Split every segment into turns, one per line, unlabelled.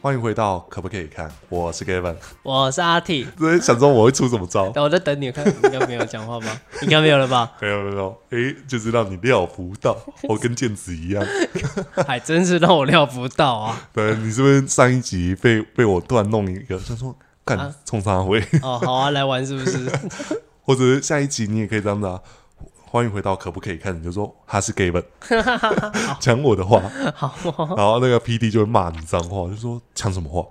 欢迎回到可不可以看？我是 Gavin，
我是阿 T，
真想说我会出什么 招？
但我在等你看，应该没有讲话吧？应该没有了 吧？
没有没有没有，诶，就知道你料不 到，我跟剑子一样。
还哎真是让我料不到啊！
对，你是不是上一集被被我突然弄一个，想说干
啊
冲啥回？
哦，好啊，来玩是不是？
或者是下一集你也可以这样子啊。欢迎回到可不可以看？你就说他是 Gavin，抢我的话，
好
然后那个 PD 就会骂你脏话，就说抢什么话？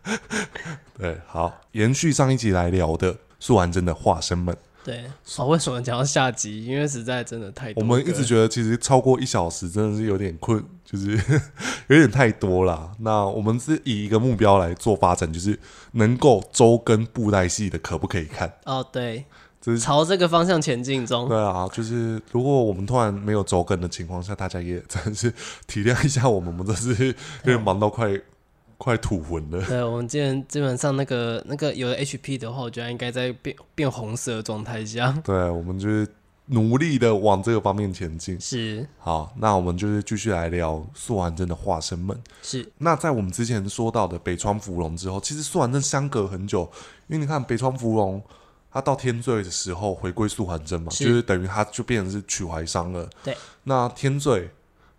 对，好，延续上一集来聊的素还真的化身们，
对，哦，为什么讲到下集？因为实在真的太多
我
个，
们一直觉得其实超过一小时真的是有点困，就是 有点太多啦。那我们是以一个目标来做发展，就是能够周更布袋戏的，可不可以看？
哦，对，
这是
朝这个方向前进中。
对啊，就是如果我们突然没有周更的情况下，大家也 真的是体谅一下我们，我们真是有点忙到快快吐魂了。
对，我们基本基本上那个那个有了 HP 的话，我觉得应该在变变红色的状态下
对，啊我们就是努力的往这个方面前进。
是
好，那我们就是继续来聊素还真的化身们。
是
那在我们之前说到的北川芙蓉之后，其实素还真相隔很久，因为你看北川芙蓉，她到天罪的时候回归素还真嘛，
是
就是等于她就变成是取怀商了。
对，
那天罪，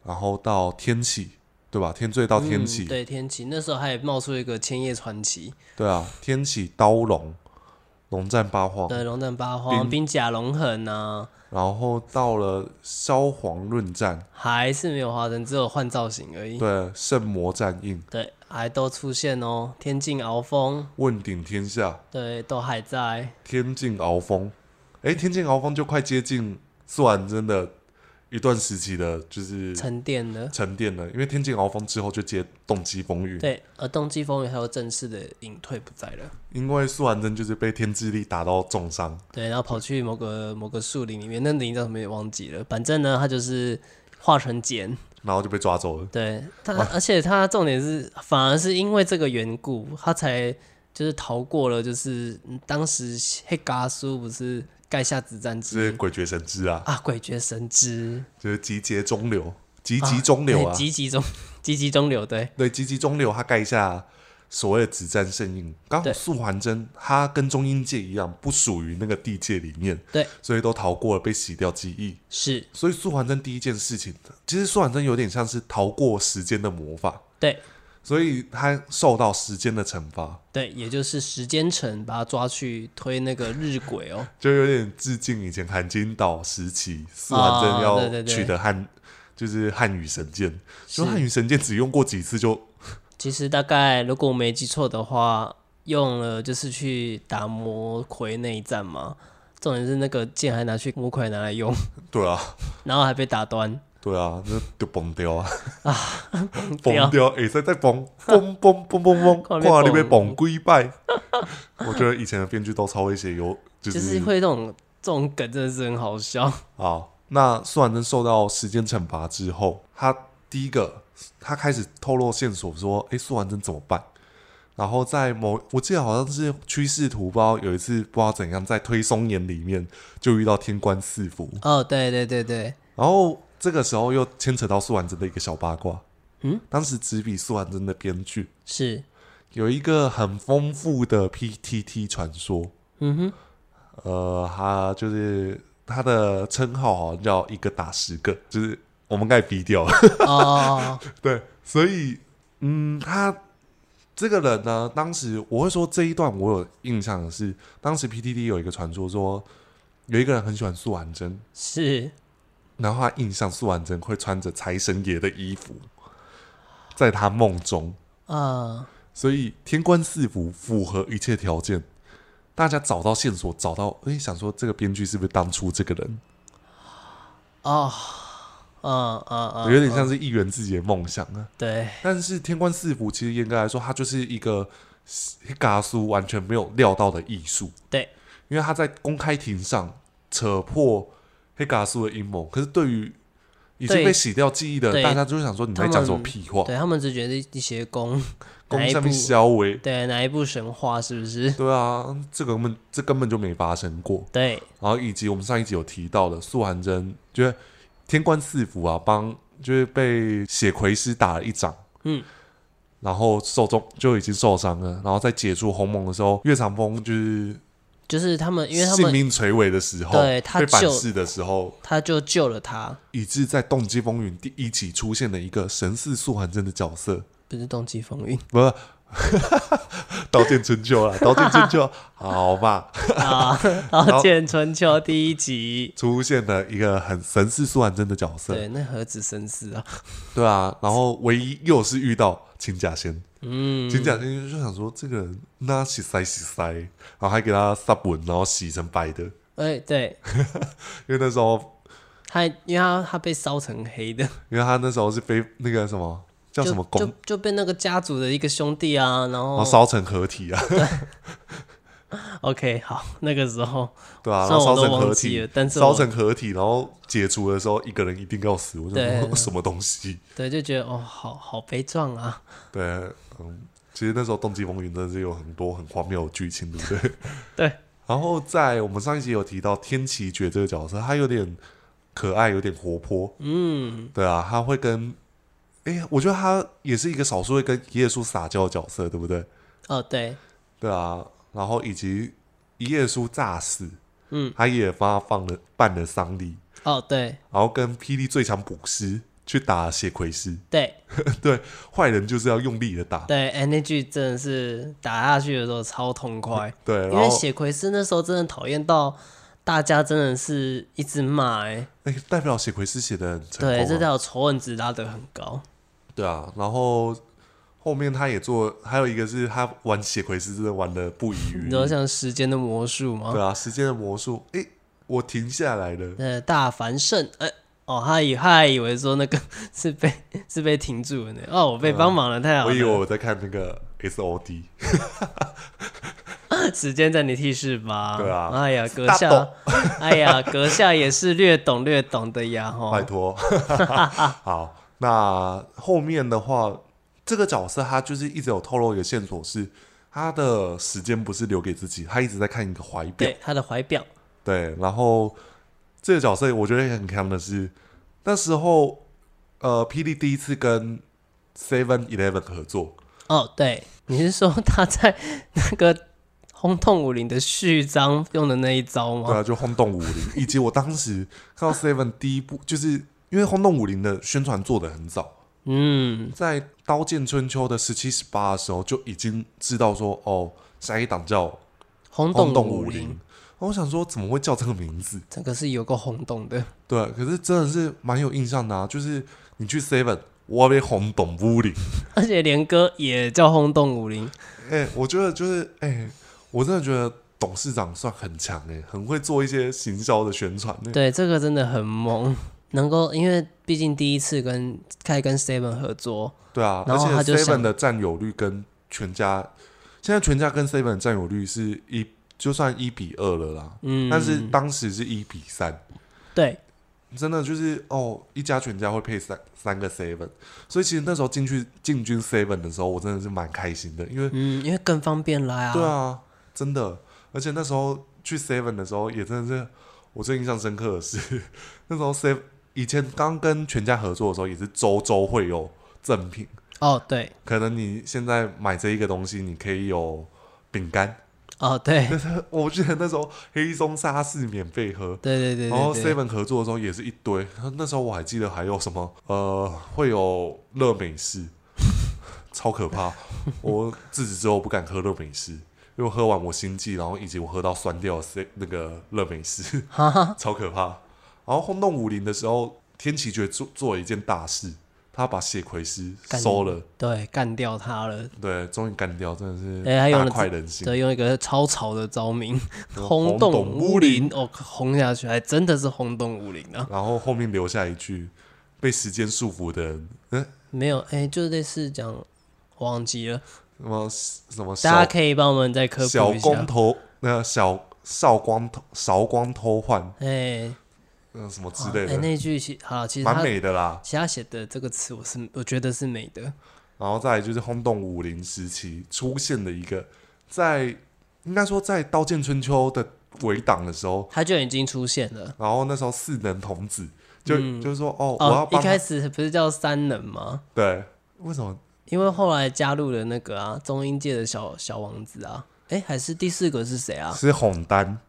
然后到天启，对吧？天罪到天启、
嗯对天启那时候还有冒出一个千叶传奇，
对啊，天启刀龙，龙战八荒，
对龙胆八荒、冰甲龙痕啊，
然后到了萧黄论战，
还是没有化身，只有换造型而已。
对圣魔战印，
对，还都出现哦，天境鳌峰，
问鼎天下，
对，都还在。
天境鳌峰，哎，天境鳌峰就快接近素还真的一段时期的，就是
沉淀了。
沉淀了，因为天境鳌峰之后就接动机风雨，
对，而冬季风雨还有正式的隐退不在了。
因为素还真就是被天之力打到重伤，
对，然后跑去某个某个树林里面，那林叫什么也忘记了。反正呢，他就是化成茧。
然后就被抓走了。
对他，而且他重点是，反而是因为这个缘故，他才就是逃过了，就是嗯当时黑嘎苏不是盖下子弹
这
之
是鬼绝神之啊，
啊，鬼绝神之
就是集结中流，集集中流啊，
对集集中集集中流，对
对，集集中流，他盖一下所谓的子战圣印。刚好
对
素还真，他跟中英界一样，不属于那个地界里面，
对
所以都逃过了被洗掉记忆。
是，
所以素还真第一件事情，其实素还真有点像是逃过时间的魔法，
对。
所以他受到时间的惩罚，
对，也就是时间城把他抓去推那个日 晷哦，
就有点致敬以前韩金岛时期素还真
啊对
要
对对
取得汉，就是汉语神剑。
是
说汉语神剑只用过几次就
其实大概如果我没记错的话，用了就是去打魔魁那一战嘛。重点是那个剑还拿去魔魁拿来用，
对啊，
然后还被打断。
对啊，那就崩掉啊。 崩
掉
掉，哎、再再崩，崩崩崩崩 崩，
快被
哇，你被
崩
崩跪拜。我觉得以前的编剧都超会写有，就
就是是会这种这种梗真的是很好笑。
啊。那苏婉珍受到时间惩罚之后，他第一个他开始透露线索说，哎、苏婉珍怎么办？然后在某，我记得好像是趋势图，不知道有一次不知道怎样，在推松岩里面就遇到天官赐福，
哦，对对对对，
然后这个时候又牵扯到苏婉珍的一个小八卦。
嗯，
当时执笔苏婉珍的编剧
是，
有一个很丰富的 PTT 传说，
嗯哼，
呃，他就是他的称号好像叫一个打十个，就是我们该逼掉。
哦，
对，所以嗯，他这个人呢，当时我会说这一段我有印象的是，当时 PTT 有一个传说说，有一个人很喜欢素还真，
是
然后他印象素还真会穿着财神爷的衣服，在他梦中。
啊、
所以天官赐福符合一切条件。大家找到线索，找到哎，想说这个编剧是不是当初这个人，
哦，嗯嗯嗯，
有点像是议员自己的梦想啊。
对，
但是天官赐福其实严格来说，它就是一个嘎苏完全没有料到的艺术。
对，
因为他在公开庭上扯破黑嘎苏的阴谋，可是对于已经
对
被洗掉记忆的
对
大家，就想说你在讲什么屁话，
对他们只觉得一些攻哪
公
一
上
部
面消维。
对哪一部神话是不是？
对啊，这个根本这根本就没发生过。
对，
然后以及我们上一集有提到的素还真，就是天官赐福啊，帮就是被血魁师打了一掌，
嗯，
然后受重就已经受伤了，然后在解除鸿蒙的时候，岳长风就是
就是他们，因为他
性
们
命垂危的时候，
对他
被反
救
噬的时候，
他就救了他，
以致在《动机风云》第一集出现了一个神似素还真的角色，
不是动机风云
不是。 刀剑春秋啊啦，刀剑春 秋，好吧，
啊，《刀剑春秋》第一集，
出现了一个很神似素还真的角色，
对，那何止神似啊，
对啊，然后唯一又是遇到秦假仙，
嗯，
秦假仙就想说这个人那洗塞洗塞，然后还给他撒文，然后洗成白的，因
哎，对
为那时候，
他，因为他他被烧成黑的，
因为他那时候是非那个什么叫
就
什么宫，
就就被那个家族的一个兄弟啊，然
然后
后
烧成合体 啊，
OK 好，那个时候
对啊，然
虽然
后烧
我都
成合
忘记
体
了，，但是
烧
我
成合体，然后解除的时候一个人一定要死，我就
对
说 什么东西，
对就觉得哦，好好悲壮啊，
对，嗯，其实那时候《动机风云》真的是有很多很荒谬的剧情，对 不对？
对。
然后在我们上一集有提到天启觉这个角色，他有点可爱，有点活泼，
嗯，
对啊，他会跟，哎，我觉得他也是一个少数会跟耶稣撒娇的角色，对不对？
哦对，
对啊，然后以及耶稣诈死，
嗯，
他也帮他放了办了丧礼，
哦对
然后跟霹雳最强捕师去打血魁师，
对
对，坏人就是要用力的打，
对，哎那句真的是打下去的时候超痛快，
对，
因
然
为
后
血葵师那时候真的讨厌到大家真的是一直骂哎、
哎，代表血魁师写的很成功、啊，
对，这条仇恨值拉得很高，
对啊，然后后面他也做，还有一个是他玩血魁师真的玩的不遗余
你
力
知，道像时间的魔术吗？
嗯对啊，时间的魔术，诶，我停下来了，
呃，大繁盛，哎、哦，他以他还以为说那个 是被是被停住了呢，哦，我被帮忙了，太好
嗯我以为
了，
我在看那个 S O D，
时间在你 T 是吧？
对啊
哎呀，阁
大
下
懂，
哎呀，阁下也是略懂略懂的呀，哈
拜，托， 好，那后面的话，这个角色他就是一直有透露一个线索是。他的时间不是留给自己，他一直在看一个怀表，
对，他的怀表，
对，然后这个角色我觉得也很强的是，那时候呃，霹雳第一次跟 Seven Eleven 合作，
哦，对，你是说他在那个轰动武林的序章用的那一招
对
吗？
啊，就轰动武林，以及我当时看到 Seven 第一部，就是因为轰动武林的宣传做的很早，
嗯，
在《刀剑春秋》的十七十八的时候就已经知道说哦，下一档叫
轰
轰动
动
武林。
林，
然后我想说怎么会叫这个名字？
这个是有个轰动的，
对，啊可是真的是蛮有印象的啊，就是你去 Seven，我被轰动武林。
而且连歌也叫轰动武林，
哎、我觉得就是哎、我真的觉得董事长算很强哎、很会做一些行销的宣传、欸。
对，这个真的很猛，能够因为毕竟第一次跟开跟 Seven 合作，
对啊，
然后他
而且
就想
Seven 的占有率跟全家，现在全家跟 Seven 的占有率是一，就算一比二了啦。
嗯，
但是当时是一比三，
对
真的就是哦，一家全家会配三三个 seven，所以其实那时候进去进军 seven 的时候，我真的是蛮开心的，因为、
嗯，因为更方便来啊，
对啊，真的，而且那时候去 seven 的时候，也真的是我最印象深刻的是 那时候 seven 以前刚跟全家合作的时候，也是周周会有赠品，
哦对，
可能你现在买这一个东西，你可以有饼干。
哦对，对
我记得那时候黑松沙士免费喝，
对对
然后
对对，
哦 Seven 合作的时候也是一堆。那时候我还记得还有什么呃，会有乐美式， 超可怕。我自此之后不敢喝乐美式，因为喝完我心悸，然后以及我喝到酸掉的 C 那个乐美式，
哈哈，
超可怕。然后轰动武林的时候，天启觉做做了一件大事，他把血魁师
干
收了。
对，干掉他了，
对，终于干掉，真的是
哎还有
大
了
快
自
人心。
对，用一个超潮的招 名，轰
轰
动
动
武
武
林，哦，轰下去，还真的是轰动武林啊，
然后后面留下一句：“被时间束缚的人，嗯，
没有，哎，就类似讲，我忘记了，
什么什么
大家
小
可以帮我们再科
小
普一
光
下，
头，那、小少光头，韶光偷换，
哎，
那、什么之
好
类
哎，
的，
那句其好，其实
蛮
他
美的啦。
其他写的这个词，我是我觉得是美的。
然后再来就是轰动武林时期出现的一个，在应该说在《刀剑春秋》的围挡的时候，
他就已经出现了。
然后那时候四能童子就、就是说哦，我要
嗯哦，一
帮他
开始不是叫三人吗？
对，为什么
因为后来加入了那个啊，中英界的小小王子啊，哎、还是第四个是谁啊？
是红丹，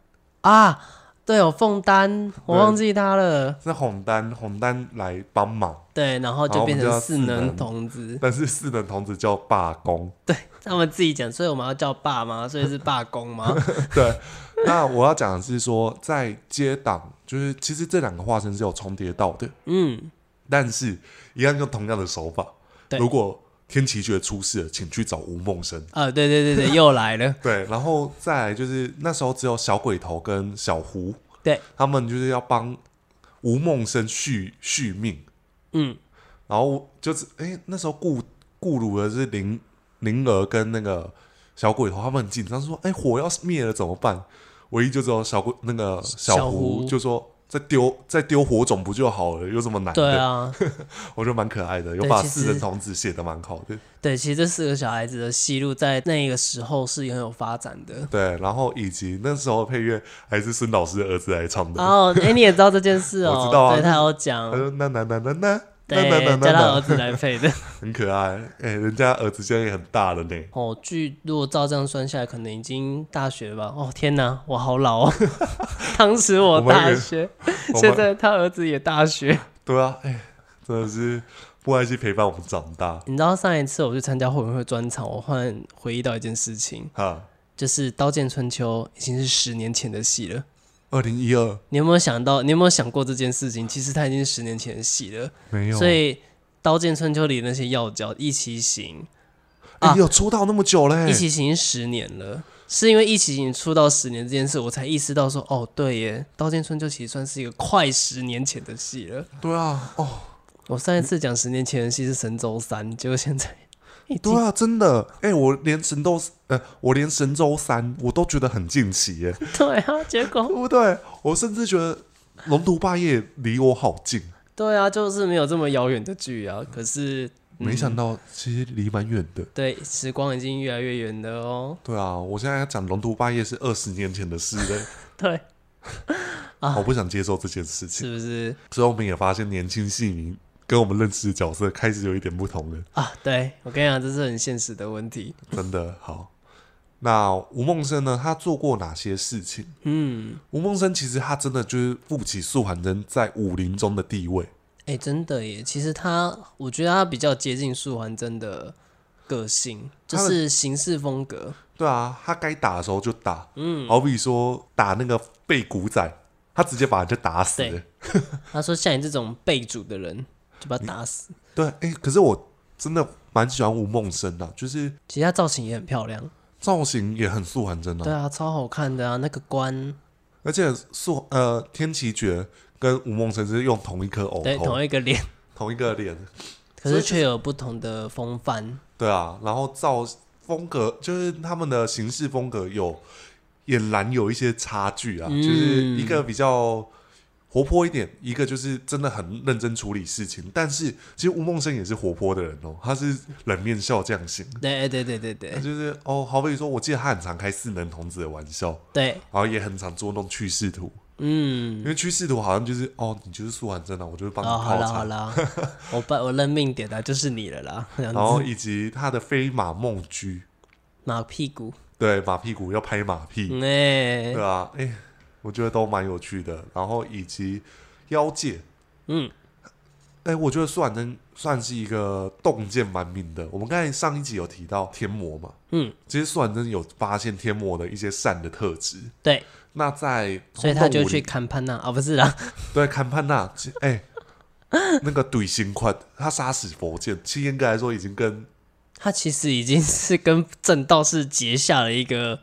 啊，对哦，凤丹，我忘记他了。
是红丹，红丹来帮忙，
对，然后
好
就
我们
变
就
成
要
四
四
能
能
童子，
但是四能童子叫罢工。
他们自己讲，所以我们要叫爸妈，所以是罢工吗？
对，那我要讲的是说，在接档，就是其实这两个化身是有重叠到的，
嗯，
但是一样用同样的手法。
对
如果天奇诀出事了，请去找吴梦生。
啊，对对对对，又来了，
对，然后再来就是那时候只有小鬼头跟小胡，
对，
他们就是要帮吴梦生续续命，
嗯，
然后就是哎那时候顾顾鲁的是灵灵儿跟那个小鬼头，他们很紧张说，哎火要灭了怎么办？唯一就只有小鬼那个
小
小
胡
胡就说。再丢再丢火种不就好了？有什么难的？
对啊，
我觉得蛮可爱的，有
对
把
其实
四人童子写的蛮好的。
对，其实这四个小孩子的戏路在那个时候是很有发展 的。
对，然后以及那时候配乐还是孙老师的儿子来唱的。
然后，哎，你也知道这件事 哦，
我知道啊
对他有
他
讲，
说那那那那那那
对
那那，那
叫他儿
那，
子来配的。
很可爱。哎、人家儿子现在也很大了呢。
哦，据如果照这样算下来，可能已经大学吧。哦，天哪，我好老哦！ 当时我
我们
大
也
学，
我
现
们
在他儿子也大学。
对啊，哎、真的是不爱去陪伴我们长大
你知道上一次我去参加后援会专场，我忽然回忆到一件事情，
哈。
就是《刀剑春秋》已经是十年前的戏了。
二零一二
你有没有想到？你有没有想过这件事情？其实它已经是十年前的戏了。
没有，啊
所以《刀剑春秋》里那些要角，一骑行，
哎
啊
有出道那么久嘞、
一骑行已经十年了。是因为一骑行出道十年这件事，我才意识到说，哦，对耶，《刀剑春秋》其实算是一个快十年前的戏了。
对啊，哦，
我上一次讲十年前的戏是《神州三》，结果现在已
对
经
啊，真的，哎、我连神都呃，我连神州三我都觉得很近期 耶，
对啊，结果
对不对？我甚至觉得龙图霸业离我好近，
对啊，就是没有这么遥远的剧啊。可是
没想到其实离蛮远的。
对，时光已经越来越远了哦。
对啊，我现在要讲龙图霸业是二十年前的事 了，
对，啊
我不想接受这件事情。
是不是
所以我们也发现年轻戏迷跟我们认识的角色开始有一点不同了，
啊？对我跟你讲，这是很现实的问题。
真的好。那吴梦生呢？他做过哪些事情？
嗯，
吴梦生其实他真的就是负起素还真在武林中的地位，
哎、真的耶。其实他，我觉得他比较接近素还真的个性，就
他们
是行事风格。
对啊，他该打的时候就打，
嗯，
好比说打那个背骨仔，他直接把人家打死了
对。他说像你这种被主的人，就把他打死。
对，哎、可是我真的蛮喜欢吴梦生的，啊就是
其实他造型也很漂亮，
造型也很素还真啊
对，啊，超好看的啊，那个冠，
而且素呃天奇诀跟吴梦生是用同一颗偶
对，
头
同，一个脸，
同一个脸，
可
所
是
以就
却有不同的风范。
对啊，然后造风格就是他们的行事风格有俨然有一些差距啊，
嗯
就是一个比较活泼一点，一个就是真的很认真处理事情。但是其实吴梦生也是活泼的人哦，他是冷面笑匠型，
对对对对
他
对
就是哦，好比说，我记得他很常开四能童子的玩笑，
对，
然后也很常捉弄去仕途，因
嗯，
为去仕途好像就是哦，你就是素还真啊，我就是帮你
哦，
泡
好啦
茶
好。啦， 我把我认命点的就是你了啦，这样
然后
子
以及他的飞马梦居，
马屁股，
对马屁股要拍马屁，
嗯哎、
对啊，哎、我觉得都蛮有趣的。然后以及妖界，
嗯，
哎、我觉得苏婉珍算是一个洞见蛮明的。我们刚才上一集有提到天魔嘛，
嗯，
其实苏婉珍有发现天魔的一些善的特质。
对，
那在
所以
红
他
豆
就
五
去
里
看潘娜啊，不是啦，
对坎潘纳，其哎、 那个怼心宽，他杀死佛剑，其实严格来说已经跟
他其实已经是跟正道士结下了一个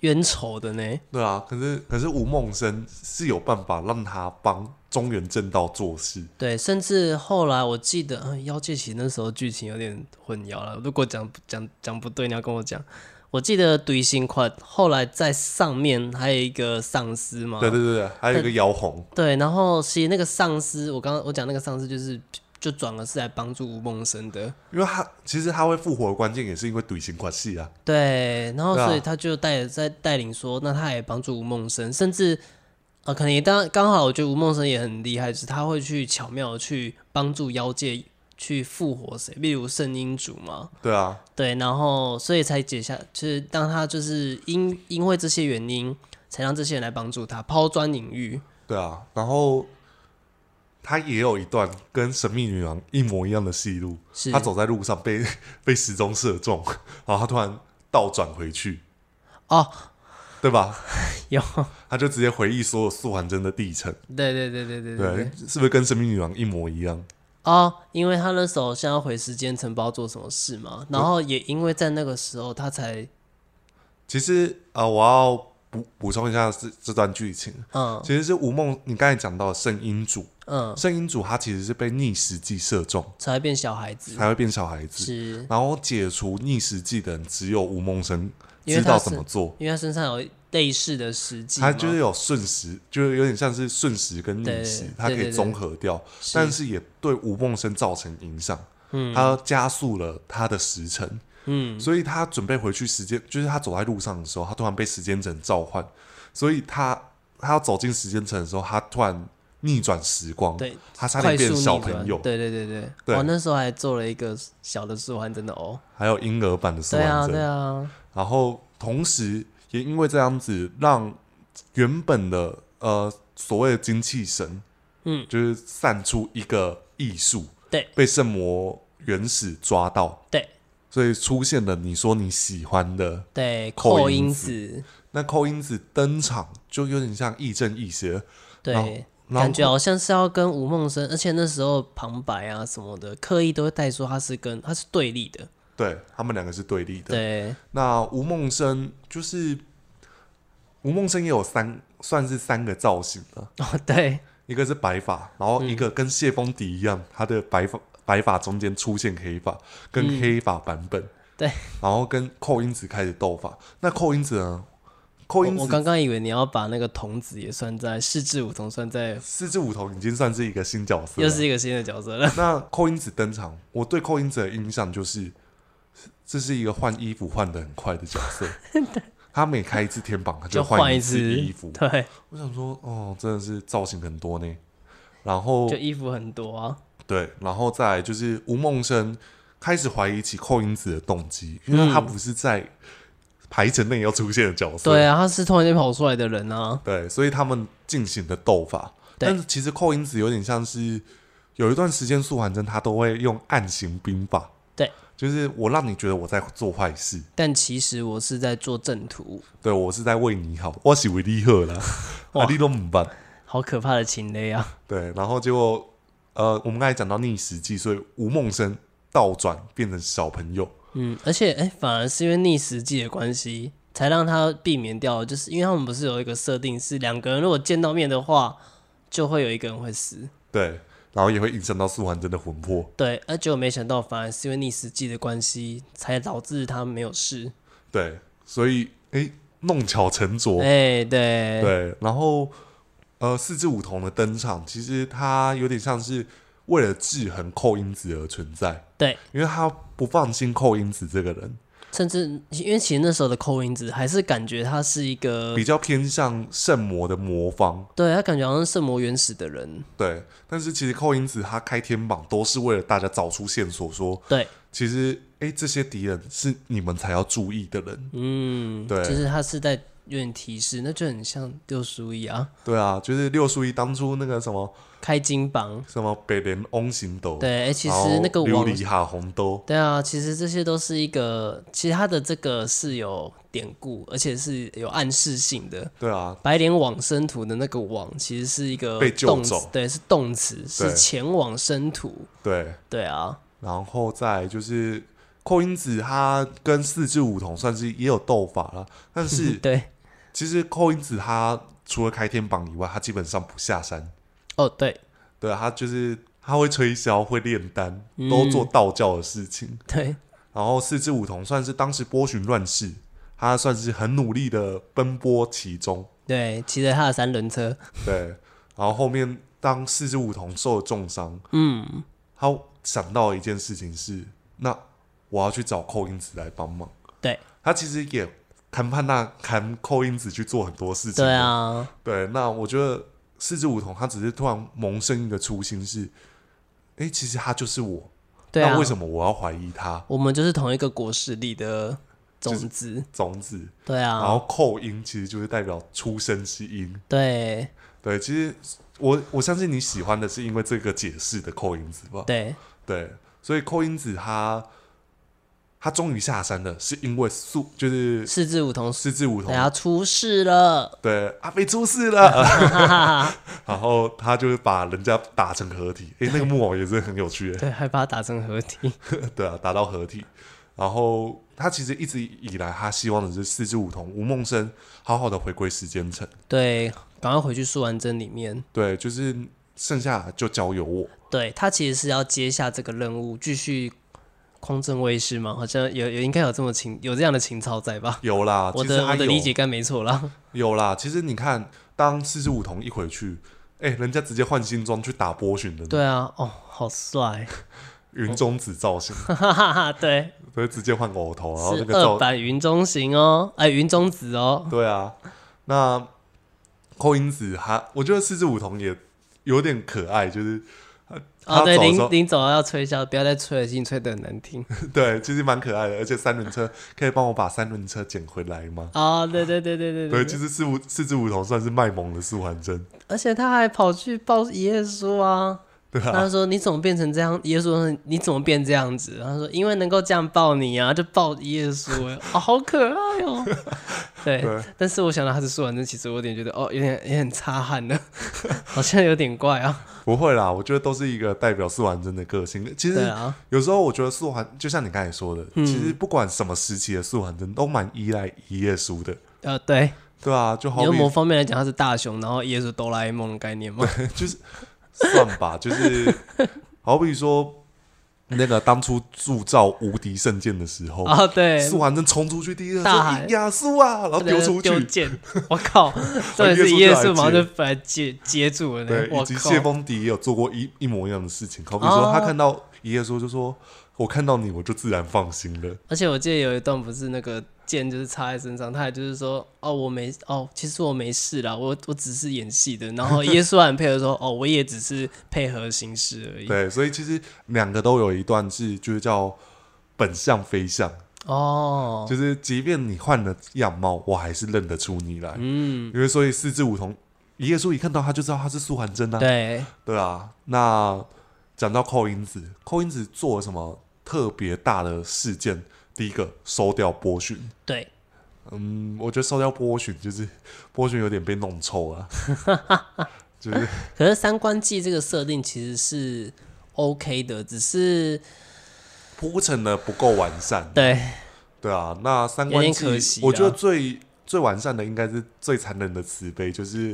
冤仇的呢。
对啊，可是可是吴梦生是有办法让他帮中原正道做事，
对，甚至后来我记得，嗯，妖界其实那时候剧情有点混淆了。如果讲讲讲不对，你要跟我讲。我记得怼心宽后来在上面还有一个丧尸嘛，
对对对对，还有一个姚红，
对，然后其实那个丧尸，我刚刚我讲那个丧尸就是就转而是来帮助吴梦生的，
因为他其实他会复活的关键也是因为怼心关系啊，
对，然后
对啊
所以他就带在带领说，那他也帮助吴梦生，甚至呃，可能也当刚好，我觉得吴梦生也很厉害，就是他会去巧妙地去帮助妖界去复活谁，例如圣婴主嘛，
对啊，
对，然后所以才解下，就是当他就是因因为这些原因，才让这些人来帮助他抛砖引玉。
对啊，然后他也有一段跟神秘女郎一模一样的戏路，
是
他走在路上被 被时钟射中，然后他突然倒转回去，
哦，
对吧？
有，
他就直接回忆所有素还真的历程，
对对对对对对
对，是不是跟神秘女郎一模一样？
哦，因为他那时候想要回时间城堡做什么事
嗯
嘛，然后也因为在那个时候他才
其实啊、呃我要补补充一下这这段剧情，
嗯
其实是吴梦你刚才讲到的圣婴主，
嗯
圣婴主他其实是被逆时计射中
才变小孩子，
才会变小孩子，
是
然后解除逆时计的人只有吴梦生
因为
知
他
道
是
怎么做。
因为他身上有类似的实际嘛，
它就是有瞬时，就是有点像是瞬时跟逆时
对，
它可
对对
以综合掉，
是
但是也对吴梦生造成影响。嗯，它加速了他的时辰，
嗯
所以他准备回去时间，就是他走在路上的时候，他突然被时间城召唤，所以他他要走进时间城的时候，他突然逆转时光，
对，
他差点
快速
变小
逆转
朋友，
对对对对，
对
我那时候还做了一个小的素环真的哦，
还有婴儿版的苏
对啊
完
对
真，
啊，
然后同时也因为这样子，让原本的呃所谓的精气神，
嗯，
就是散出一个艺术，
对，
被圣魔原始抓到，
对
所以出现了你说你喜欢的
对，
扣
扣
因
因子，
那寇因子登场，就有点像亦正亦邪，然后
对。
然后
感觉好像是要跟吴梦生，而且那时候旁白啊什么的，刻意都会带出他是跟他是对立的，
对他们两个是对立的。
对，
那吴梦生就是吴梦生也有三，算是三个造型了。
哦对，
一个是白发，然
嗯
后一个跟谢风迪一样，他的白发白发中间出现黑发，跟黑发版本、
嗯对，
然后跟寇英子开始斗法。那寇英子呢？寇英
我我
子
刚刚以为你要把那个童子也算在四至五童算在，
四肢五头已经算是一个新角色
又
了。
是一个新的角色了。
那寇英子登场，我对寇英子的印象就是，这是一个换衣服换的很快的角 色。他每开一次天榜，他
就
换
一
次
只
衣服。
对，
我想说，哦，真的是造型很多呢。然后
就衣服很多啊，
对，然后再来就是吴梦生开始怀疑起寇英子的动机，因为他不是在排程内要出现的角色，
嗯对啊，他是突然间跑出来的人啊，
对所以他们进行的斗法。
对
但是其实寇英子有点像是有一段时间，素还真他都会用暗行兵法，
对，
就是我让你觉得我在做坏事，
但其实我是在做正途，
对我是在为你好，我是为你好啦，
哇
啊你都唔办，
好可怕的情勒啊，
对，然后结果呃，我们刚才讲到逆时计，所以吴梦生倒转变成小朋友。
嗯，而且哎、反而是因为逆时记的关系，才让他避免掉，就是因为他们不是有一个设定是两个人如果见到面的话，就会有一个人会死，
对，然后也会影响到素还真的魂魄。
对，而结果没想到反而是因为逆时记的关系，才导致他没有事，
对，所以诶，弄巧成拙。
哎、对，
对，然后呃，四肢五童的登场，其实它有点像是为了制衡寇英子而存在，
对，
因为他不放心寇英子这个人，
甚至因为其实那时候的扣音子还是感觉他是一个
比，较偏向圣魔的魔方。
对他感觉好像是圣魔原始的人，
对，但是其实寇英子他开天榜都是为了大家找出线索说，
对，
其实诶，这些敌人是你们才要注意的人。
嗯，
对
就是他是在有点提示，那就很像六叔一啊，
对啊，就是六叔一当初那个什么
开金榜，
什么北连翁行斗，
对，哎、其
然后
实那个
琉
网，
璃哈红豆，
对啊，其实这些都是一个，其实他的这个是有典故，而且是有暗示性的。
对啊，
白莲往生图的那个往，其实是一个
被救
动词
走，
对，是动词，是
对
前往生图，
对，
对啊，
然后再来就是寇英子，她跟四肢五童算是也有斗法了，但是
对，
其实寇英子她除了开天榜以外，她基本上不下山，
哦，对，
对啊她就是她会吹箫，会炼丹，
嗯
都做道教的事情，
对，
然后四肢五童算是当时波旬乱世，她算是很努力的奔波其中，
对，骑着他的三轮车，
对，然后后面当四肢五童受了重伤。
嗯，
他想到一件事情是，那我要去找寇英子来帮忙。
对，
他其实也谈判那谈寇英子去做很多事情。
对，啊，
对，那我觉得四肢梧桐他只是突然萌生一个初心是，诶，其实他就是我，
对啊
那为，什么我要怀疑他？
我们就是同一个国势力的种子，
种子，
对
然
啊，
后扣音其实就是代表出生之音。
对
对，其实我我相信你喜欢的是因为这个解释的扣音子吧？
对
对，所以扣音子他他终于下山了，是因为素就是
四至五同时，
四字梧桐
对啊，出事了，
对，阿飞出事了，
哈 哈哈，
然后他就是把人家打成合体，诶，那个木偶也是很有趣耶，
对，还把它打成合体，
对啊，打到合体，然后他其实一直以来他希望的是四肢梧桐吴梦生好好的回归时间城，
对，赶快回去苏完真里面。
对，就是剩下就交由我，
对他其实是要接下这个任务，继续匡正卫士嘛，好像有有应该有这么情有这样的情操在吧？
有啦，
我
其实
的
他
我的
有
理解该没错啦。
有啦，其实你看，当四肢梧桐一回去，诶，人家直接换新装去打波旬的
对啊，哦，好帅，
云中子造型，
哈哈哈哈，对，
所以直接换个偶头，然后那
是
哦个
二
造
版云中行哦，哎，云中子哦，
对啊，那寇英子他，我觉得四只梧桐也有点可爱，就是
哦，
他
对，
走的时
林
候
林总要吹箫，不要再吹了，已经吹得很难听。
对，其实蛮可爱的。而且三轮车可以帮我把三轮车捡回来吗？
哦，对对对对对
对，其实四五四只梧桐算是卖萌的素还真，
而且他还跑去抱耶 稣啊。
对啊，
他说：“你怎么变成这样？”耶稣说：“你怎么变这样子？”他说：“因为能够这样抱你啊，就抱耶稣、欸，哦，好可爱 哦。对”
对
但是我想到他是素完真，其实我有点觉得哦，有点也很擦汗呢， 好像有点怪啊。
不会啦，我觉得都是一个代表素还真的个性。其
对
实
啊，
有时候我觉得素还，就像你刚才说的，
嗯
其实不管什么时期的素还真都蛮依赖一页书的，
呃，对，
对啊，就好
你
比
用某方面来讲，他是大雄，然后耶稣哆啦 A 梦的概念嘛。
就是算 吧，就是好比说那个当初铸造无敌圣剑的时候，
啊，对，
苏寒正冲出去第一个
大喊
说亚苏啊，然后丢出
丢
去，
剑，我 靠，重点是耶稣马上就把它接接住了呢
对，，
我
以及谢
靠，啊
风迪也有做过一一模一样的事情，好比说他看到爷爷说就说。我看到你，我就自然放心了。
而且我记得有一段不是那个剑就是插在身上，他也就是说哦我没哦，其实我没事啦，我我只是演戏的。然后耶稣很配合说哦，我也只是配合行事而已。
对，所以其实两个都有一段是，就是叫本相非相，
哦，
就是即便你换了样貌，我还是认得出你来。
嗯，
因为所以四肢梧桐，爷爷叔一看到他就知道他是苏寒真啊。
对，
对啊，那讲到寇英子，寇英子做了什么特别大的事件？第一个收掉波旬，
对，
嗯，我觉得收掉波旬就是 波旬有点被弄臭 了，就是
可是三观记这个设定其实是 OK 的，只是
铺陈的不够完善。
对
对啊，那三
有
观
点
记
可惜啊
我觉得最最完善的应该是最残忍的慈悲，就是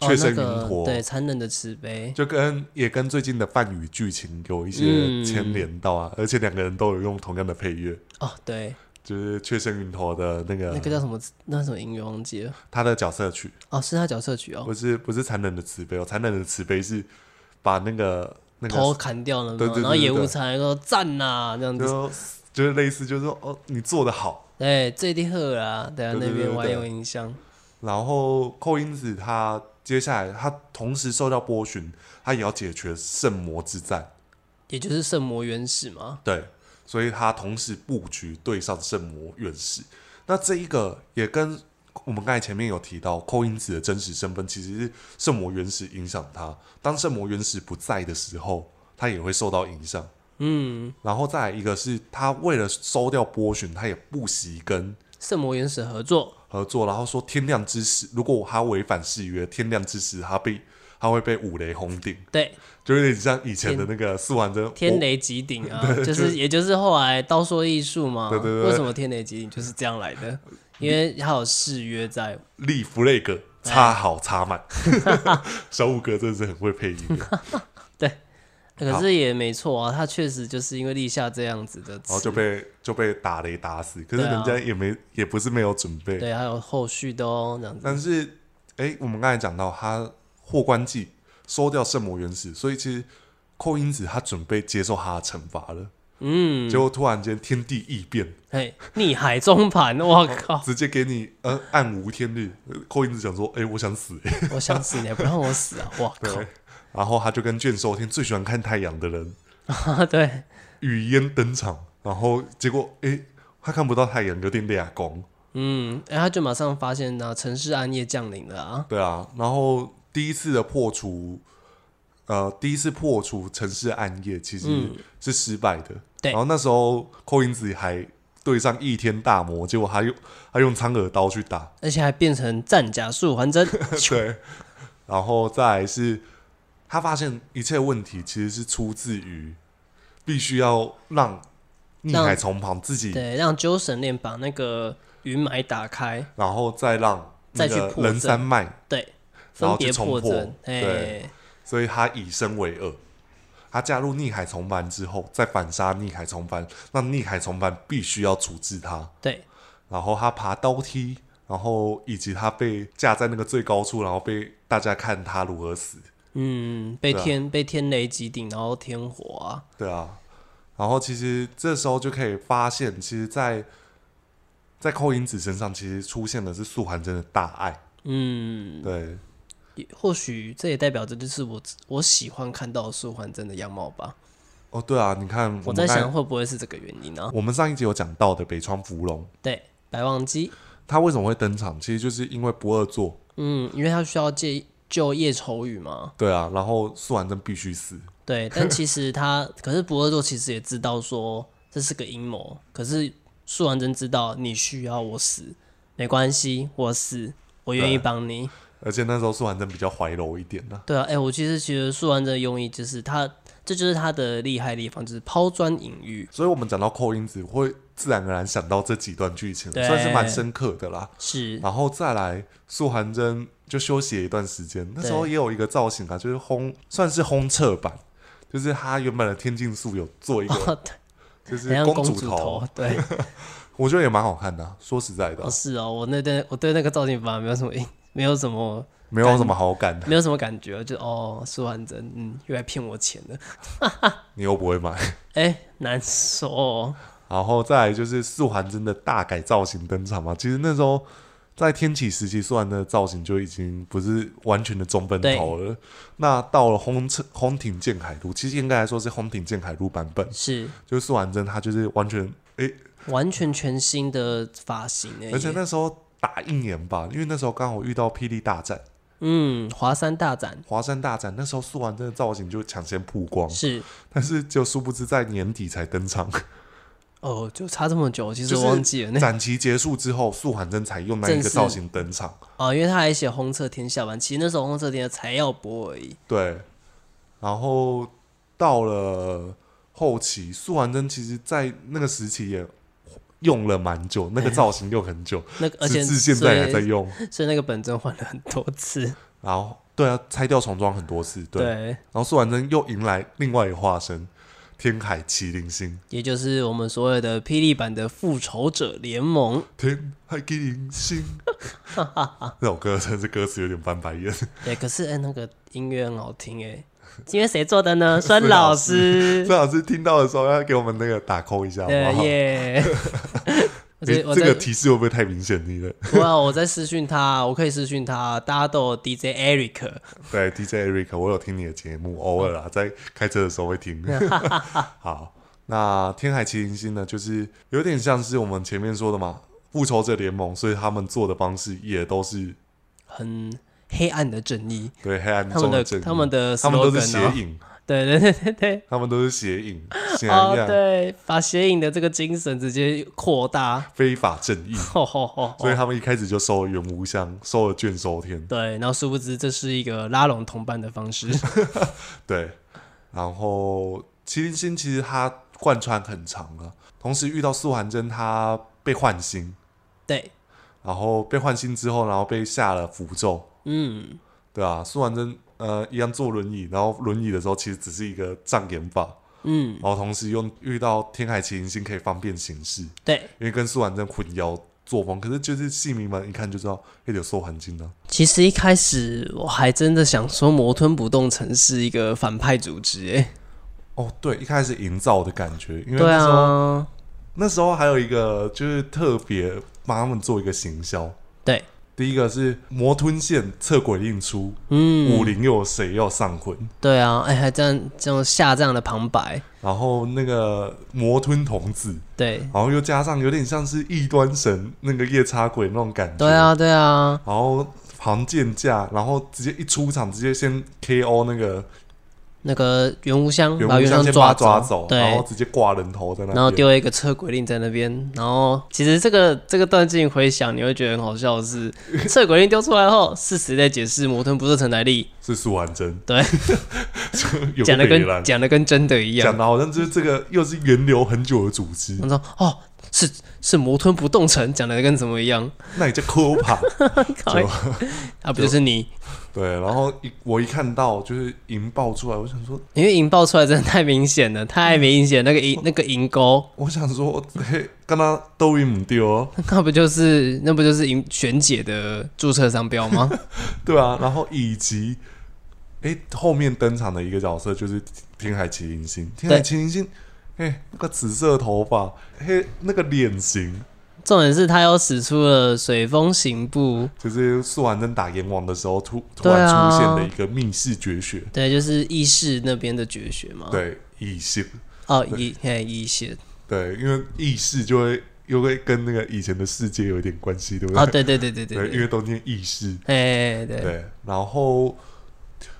哦
雀
那
身云
个
陀，
对残忍的慈悲，
就跟也跟最近的梵语剧情有一些
嗯
牵连到啊，而且两个人都有用同样的配乐，
哦对，
就是《雀身云头》的那个
那个叫什么那什么音乐忘记了。
他的角色曲，
哦，是他角色曲哦，
不是不是残忍的慈悲哦，残忍的慈悲是把那个那
头
个
砍掉了嘛，
对对对
然后
对
野
对
无才说赞呐这样子，
就就是类似就是说哦你做的好，
哎，最厉害啦，对啊，
对对
那
对
边
对
我还
对
有印象，
然后寇英子她接下来她同时受到波旬，她也要解决圣魔之战，
也就是圣魔原始嘛，
对，所以她同时布局对上圣魔院士，那这一个也跟。我们刚才前面有提到，寇英子的真实身份其实是圣魔原始影响她。当圣魔原始不在的时候，她也会受到影响。
嗯，
然后再来一个是他为了收掉波旬，他也不惜跟
圣魔原始合作，
合作，然后说天亮之时，如果他违反誓约，天亮之时他被他会被五雷轰顶，
对，
就有点像以前的那个四环真
天
我
雷极顶 啊，就是也就是后来刀说艺术嘛，
对对对
为什么天雷极顶就是这样来 的？因为他有誓约在，
立 flag 插好插满， 小五哥真的是很会配音，
可是也没错啊，他确实就是因为立下这样子的
然后
词
哦就， 被就被打雷打死，可是
对啊
人家也没、也不是没有准备，
对，还有后续的哦，这样子，
但是，哎，我们刚才讲到他霍光记收掉圣魔原始，所以其实寇英子他准备接受他的惩罚了，
嗯，
结果突然间天地异变，
嘿，逆海中盘，我靠，
直接给你呃暗无天日。呃寇英子讲说，哎，我想死、诶
我想死你还不让我死啊，我靠
对，然后他就跟卷寿天最喜欢看太阳的人
啊，对，
雨烟登场，然后结果哎、他看不到太阳，有点俩啊拱，
嗯，哎、他就马上发现呢、城市暗夜降临了啊。
对啊，然后第一次的破除，呃，第一次破除城市暗夜其实
嗯
是失败的。
对
然后那时候寇英子还对上一天大魔，结果他用他用苍耳刀去 打，
而且还变成战甲术 还真，
对，然后再来是他发现一切问题其实是出自于必须要让逆
让
海从旁自己，
对，让纠神链把那个云霾打开，
然后再让那
再去
个
破
人
阵
山脉
对，
然
分
后
别
去冲
破
破
阵，哎
对，所以他以身为恶。他加入逆海重凡之后，再反杀逆海重凡，那逆海重凡必须要处置他。
对，
然后他爬刀梯，然后以及他被架在那个最高处，然后被大家看他如何死。
嗯，被
对啊
天、被天雷击顶，然后天火啊，
对啊，然后其实这时候就可以发现，其实在，在寇英子身上，其实出现的是素涵真的大爱。
嗯，
对，
也或许这也代表着就是我我喜欢看到素环真的样貌吧。
哦，对啊，你看，
我
我
在
们刚
想会不会是这个原因呢、啊
我们上一集有讲到的北川芙蓉，
对，白忘机，
他为什么会登场？其实就是因为不二座，
嗯，因为他需要借救叶愁雨嘛。
对啊，然后素还真必须死，
对，但其实他，可是不二座其实也知道说这是个阴谋，可是素还真知道你需要我死，没关系，我死，我愿意
对
帮你。
而且那时候素还真比较怀柔一点呢、
对啊，哎、我其实觉得素还真的用意就是他，这就是他的厉害地方，就是抛砖引玉。
所以我们讲到寇英子，会自然而然想到这几段剧情，
对
算是蛮深刻的啦。
是，
然后再来，素还真就休息了一段时间。那时候也有一个造型啊，就是烘，算是烘彻版，就是他原本的天净素有做 一个，
哦
就
很
是
像公
主
主头，对，
我觉得也蛮好看的啊、说实在的啊
哦，，是哦，我那对我对那个造型反而没有什么印，没有什么
没有什么好感的，
没有什么感觉，就哦，苏完真，嗯，又来骗我钱了，
你又不会买。
哎、难说、哦，
然后再来就是素还真的大改造型登场嘛。其实那时候在天启时期，素还真的造型就已经不是完全的中分头了。那到了轰彻轰挺剑海路，其实应该来说是轰挺剑海路版本，
是
就是素还真他就是完全诶，
完全全新的发型哎，
而且那时候打一年吧，因为那时候刚好遇到霹雳大战、
嗯，华山大展
华山大战，那时候素还真的造型就抢先曝光，
是
但是就殊不知在年底才登场。
哦，就差这么久，其实
就
我
是
忘记了那
展期结束之后，素还真才用那一
正
个
式
造型登场。
哦，因为他还写红色天下班，其实那时候红色天下才要播而已，
对，然后到了后期，素还真其实在那个时期也用了蛮久，那个造型用很久，
那哎个而且
直至现在还在
所以
用。
所以那个本真换了很多次，
然后对啊，拆掉重装很多次，对。
对，
然后素还真又迎来另外一个化身——天海麒麟星。
也就是我们所谓的霹雳版的复仇者联盟，
天海麒麟 星，那首歌真是歌词有点翻白眼。
对，可是哎、那个音乐很好听哎、因为谁做的呢？孙老师
孙，老师听到的时候要给我们那个打 call 一 下，好
对
不好？
耶。 我
诶
在我
这个
在
提示会不会太明显？你的
不啊，我在私讯他，我可以私讯他，大家都有 DJ Eric，
对 DJ Eric，我有听你的节目，偶尔啊，在开车的时候会 听。好，那天海麒麟星呢，就是有点像是我们前面说的嘛，复仇者联盟，所以他们做的方式也都是
很黑暗的正义，
对黑暗
他
中
们的
正义，
他们的
他们都是
slogan
邪
哦
影，
对对对对对，
他们都是邪 影，显然
哦
一样
对，把邪影的这个精神直接扩大，
非法正义，
吼吼吼吼
所以他们一开始就收了袁无相，收了卷收天，
对，然后殊不知这是一个拉拢同伴的方式，
对，然后麒麟星其实它贯穿很长了，同时遇到素还真，他被唤醒。
对，
然后被换新之后，然后被下了符咒，
嗯，
对啊，苏完真呃一样坐轮椅，然后轮椅的时候其实只是一个障眼法，
嗯，
然后同时用遇到天海麒麟星可以方便行事，因
对，
为跟苏完真混淆作风，可是就是戏迷们一看就知道也有受环境呢、啊
其实一开始我还真的想说魔吞不动城是一个反派组织，哎，
哦，对，一开始营造的感觉，因为
对
那时候、
啊，
那时候还有一个就是特别帮他们做一个行销，
对，
第一个是魔吞县测鬼令出，
嗯，
武林又有谁要上魂？
对啊，哎、还这样这样下这样的旁白，
然后那个魔吞童子，
对，
然后又加上有点像是异端神那个夜叉鬼那种感觉，
对，啊，对啊，
然后旁剑架，然后直接一出场直接先 KO 那个
那个袁无香
袁
把
无
袁
相
无
先把
抓
他抓走，
对，
然后直接挂人头在那边，
然后丢一个车轨令在那边，然后其实这个这个段进回想，你会觉得很好笑的是，车轨令丢出来后，是谁在解释摩吞不是陈乃利，
是苏完真，
对，
有
讲的
北
跟
兰
讲的跟真的一
讲
样。
的好像就是这个又是源流很久的组织，
他说哦，是是摩吞不动城，讲的跟什么一样？
那你叫 Copa，
靠
就
啊，不就是你？
对，然后一我一看到就是引爆出来，我想说，
因为引爆出来真的太明显了，太明显，那个银那个银钩，
我想说，嘿，跟他都赢不丢、哦，
那不就是那不就是银璇姐的注册商标吗？
对啊，然后以及哎、诶后面登场的一个角色就是天海麒麟星，天海麒麟星，哎、那个紫色头发，嘿，那个脸型，
重点是他又使出了水风刑部，
就是素还真打阎王的时候突突
对
然
啊
出现的一个密室绝学，
对，就是意识那边的绝学嘛。，
对，异性，
哦，意嘿意识，
对，因为异世就会又会跟那个以前的世界有一点关系，对不 对？
哦，对对对对对
因
对，
为都念异世，
哎对，
对，然后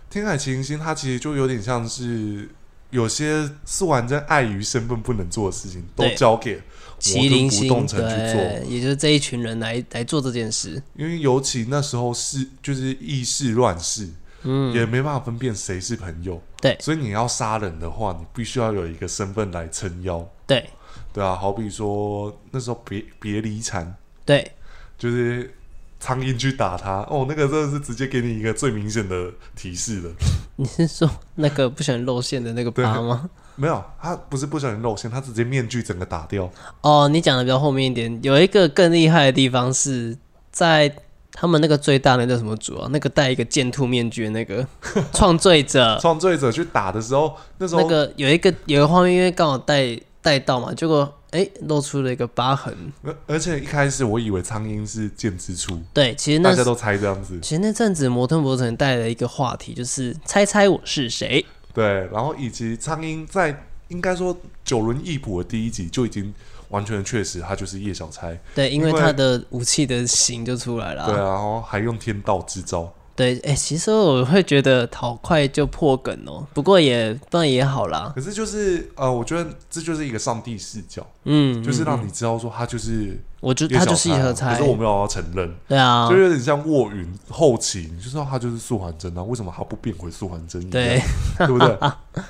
天海晴星它其实就有点像是有些素还真碍于身份不能做的事情，都
对
交给
麒麟
不
星
动城去
对
做，，
也就是这一群人来来做这件事。
因为尤其那时候是就是意识乱世，
嗯，
也没办法分辨谁是朋友，
对
所以你要杀人的话，你必须要有一个身份来撑腰，
对
对啊，好比说那时候别别离禅
对，
就是。苍蝇去打他哦，那个真的是直接给你一个最明显的提示了。
你是说那个不喜欢露馅的那个
对
疤吗？
没有，他不是不小心露馅，他直接面具整个打掉。
哦，你讲的比较后面一点，有一个更厉害的地方是在他们那个最大的那叫什么组啊？那个戴一个剑兔面具的 那个创罪者，
创罪者去打的时候，那时候、
啊那个有一个有一个画面，因为刚好带带到嘛，结果哎、露出了一个疤痕。
而呃而且一开始我以为苍鹰是剑之初，
对，其实那
大家都猜这样子。
其实那阵子摩登博城带了一个话题，就是猜猜我是谁。
对，然后以及苍鹰在应该说九轮易谱的第一集就已经完全确实他就是叶小钗，
对，因为
因为
他的武器的型就出来了
对啊，
啊、
然后还用天道之招。
对，哎、其实我会觉得好快就破梗哦、不过也不然也好啦。
可是就是呃，我觉得这就是一个上帝视角，
嗯，
就是
嗯
让你知道说他就是
我就
叶小
他就是一
钗啊，
合
可
猜
是，我没有要承认。
对啊
就，有点像卧云后期，你就知道他就是素还真啊，为什么他不变回素还真一样？
对，
对不对？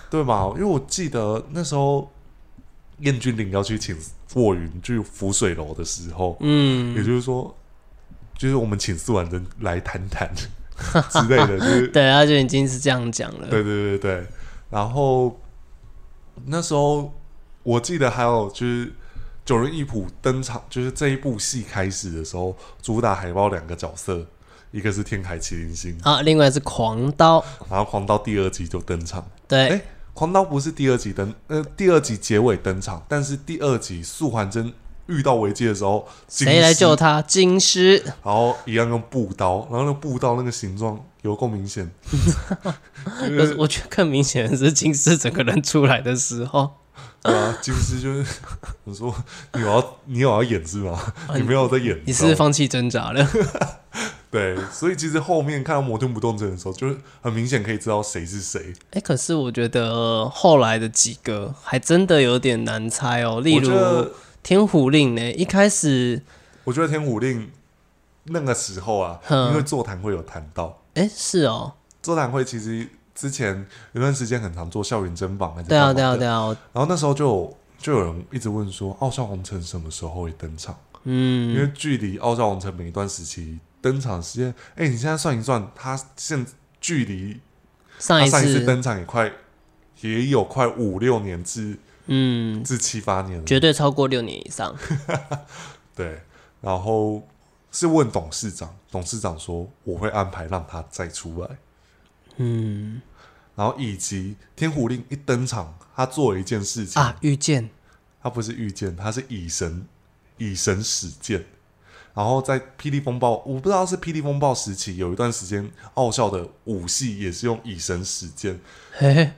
对嘛？因为我记得那时候燕君玲要去请卧云去浮水楼的时候，也
嗯，
就是说，就是我们请素还真来谈谈 之类的，就是
对，他就已经是这样讲了。
对对对对。然后那时候我记得还有就是。九人一谱登场，就是这一部戏开始的时候，主打海报两个角色，一个是天海麒麟星，
啊，另外是狂刀，
然后狂刀第二集就登场。
对，
哎，狂刀不是第二集登，呃，第二集结尾登场，但是第二集素还真遇到危机的时候，
谁来救
他？
他？金狮，
然后一样用布刀，然后那个布刀那个形状有够明显，
可是我觉得更明显的是金狮整个人出来的时候，
对啊，金丝就是我说你有要你有要演是吗？你没有在演，
啊你
知
是不是
道吗
放弃挣扎了？
对，所以其实后面看到魔盾不动症的时候，就是很明显可以知道谁是谁。
哎、可是我觉得后来的几个还真的有点难猜哦，例
我觉
如《
得，
天虎令》呢，一开始，
我觉得天虎令那个时候啊，
嗯
因为座谈会有谈到。
哎、是哦，
座谈会其实之前有段时间很常做校园专访，还是
对啊，
干嘛
对啊，
的
对啊，
然后那时候就有就有人一直问说，《傲笑红尘》什么时候会登场？因
嗯，
为距离《傲笑红尘》每一段时期登场时间，哎、你现在算一算，他现距离
啊上
他
一
上一次
次，
登场也快也有快五六年至
嗯，
至七八年了，
绝对超过六年以上，
对。然后是问董事长，董事长说我会安排让他再出来。
嗯
然后以及天狐令一登场，他做了一件事情
啊，遇见，
他不是御剑，他是以神以神使剑。然后在《霹雳风暴》，我不知道是《霹雳风暴》时期有一段时间，奥校的武戏也是用以神使剑。
嘿嘿，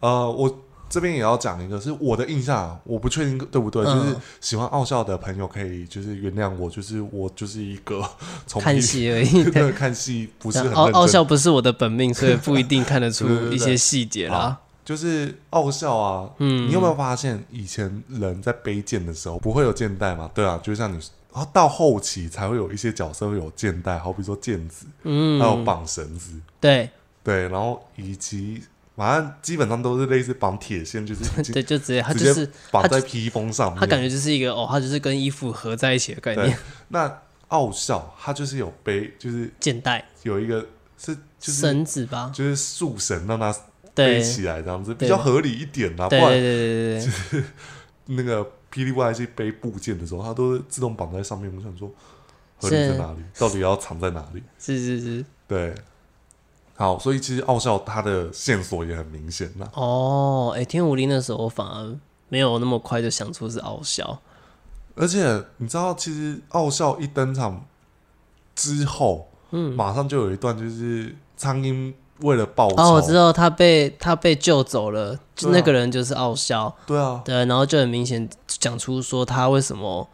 呃，我这边也要讲一个，是我的印象啊，我不确定对不对，
嗯
就是喜欢奥校的朋友可以就是原谅我，就是我就是一个从霹
看
雳
戏而 已。
对看戏不是很
奥
认
奥
真
校不是我的本命，所以不一定看得
对对
出
对
一些细节啦。
就是奥校啊，
嗯
你有没有发现以前人在背剑的时候不会有剑带嘛？对啊，就像你，然后到后期才会有一些角色会有剑带，好比说剑子，
嗯，
还有绑绳子，
对
对，然后以及反正基本上都是类似绑铁线，就是已经
对，就直接他就
直
是
接绑
他
在披风上面。
他感觉就是一个哦，他就是跟衣服合在一起的概
对
念，，
那奥校他就是有背，就是
肩带、
有一个是就是
绳子吧？
就是束绳让它
对
背
啊对
起来，这样子比
对
较合理一点啦，不
对
然
对对对对，
那个 P D Y 去背部件的时候，它都是自动绑在上面。我想说，合理
是
在哪里？到底要藏在哪里？
是是是，
对，好，所以其实奥校它的线索也很明显啦。
哦，哎，天武林的时候我反而没有那么快就想出是奥校，
而且你知道，其实奥校一登场之后，
嗯，
马上就有一段就是苍鹰为了报仇，
哦，我知道他被他被救走了，就
对啊
那个人就是奥校，
对啊，
对，然后就很明显讲出说他为什么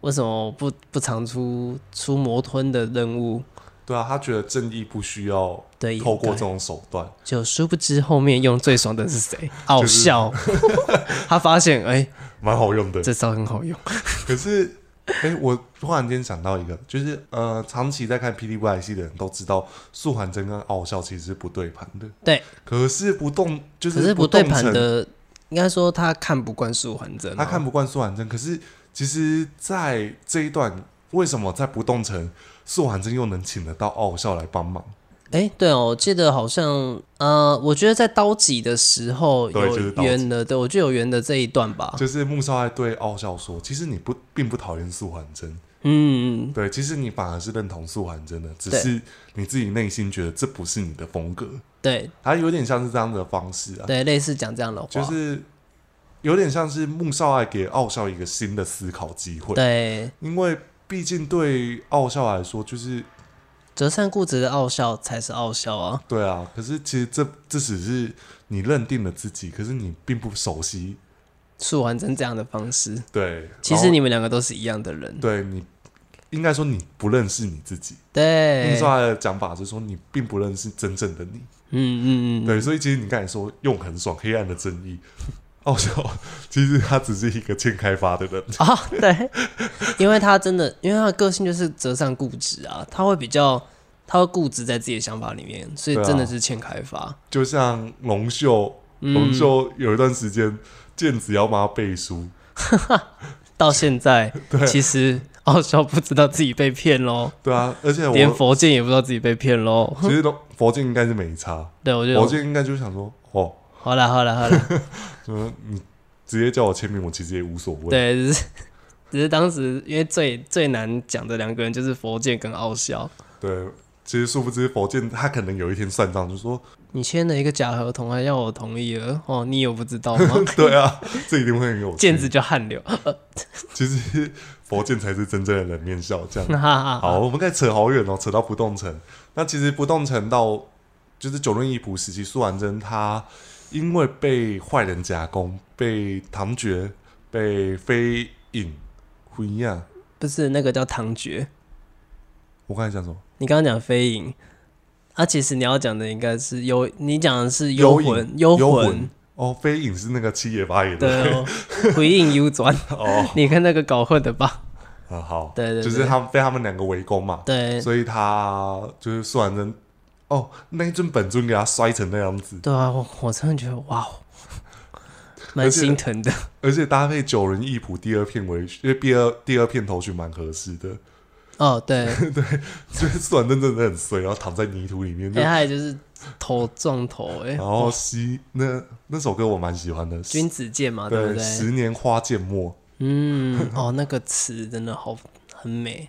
为什么不不常出出魔吞的任务，
对啊，他觉得正义不需要
对，
透过
对
这种手段，
就殊不知后面用最爽的是谁，奥
就是
校， 他发现哎、
蛮好用的。
这招很好用，
可是，哎、我突然间想到一个，就是呃，长期在看《霹雳布莱西》的人都知道，素还真跟傲笑其实是不对盘的。
对，
可是不动就
可是不
不
对
动
盘
成，
的，啊应该说他看不惯素还真、哦
他看不惯素还真。可是其实，在这一段，为什么在不动城素还真又能请得到傲笑来帮忙？
哎、对哦，我记得好像呃，我觉得在刀戟的时候
对
有
就是刀
圆的，对我就有圆的这一段吧，
就是穆少爱对傲笑说：“其实你不并不讨厌素还真，
嗯，
对，其实你反而是认同素还真的，只
对
是你自己内心觉得这不是你的风格。”
对
他有点像是这样的方式啊，
对，类似讲这样的话，
就是有点像是穆少爱给奥校一个新的思考机会，
对。
因为毕竟对奥校来说，就是
折扇固执的傲笑才是傲笑啊！
对啊。可是其实这这只是你认定了自己，可是你并不熟悉。
素还真这样的方式，
对，
其
然
实
后
你们两个都是一样的人。
对你应该说你不认识你自己。穆
对，
少爱的讲法是说你并不认识真正的你。
嗯嗯嗯，
对，所以其实你刚才说用很爽，黑暗的正义。 奥校其实他只是一个欠开发的人，
啊，对，因为他真的，因为他的个性就是折善固执啊，他会比较，他会固执在自己的想法里面，所以
对啊
真的是欠开发。
就像龙秀龙
嗯，
秀有一段时间，剑子要帮他背书，
到 现在其实傲笑不知道自己被骗喽，
对啊，而且我
连佛剑也不知道自己被骗喽。
其实都佛剑应该是没差，
对，啊我
佛
就
剑应该就想说，哦，
好了好了好了，
嗯，你直接叫我签名，我其实也无所谓，
对，只是只是当时因为最最难讲的两个人就是佛剑跟傲笑。
对，其实殊不知佛剑他可能有一天算账，就说，
你签了一个假合同，还要我同意了？哦，你有不知道 吗？
对啊，这一定会很有趣
见子，就汗流，
其实佛剑才是真正的冷面笑匠。
哈哈 哈。
好，我们该扯好远哦，扯到不动城。那其实不动城到就是九论一仆时期，苏完真他因为被坏人夹攻，被唐爵、被飞影、灰亚，
不是那个叫唐爵，
我刚才讲什么？
你刚刚讲飞影，啊，其实你要讲的应该是幽，你讲的是幽魂，幽
幽
魂，
哦，飞影是那个七爷八爷
对
的
哦，回应幽转，
哦，
你跟那个搞混的吧？
啊好，
对对对
就是他们被他们两个围攻嘛，
对，
所以他就是苏完真哦，那一尊本尊给他摔成那样子，
对啊，我我真的觉得哇，哦蛮
而且
心疼的，
而且搭配九人一仆第二片为，因为第二第二片头绪蛮合适的。
哦，对，
就是苏完真真的很衰，然后躺在泥土里面，就
哎，他也就是头撞头，哎
然，后吸那那首歌我蛮喜欢的，
君子剑嘛，对不
对，
对？
十年花渐末，
嗯，哦，那个词真的好很美，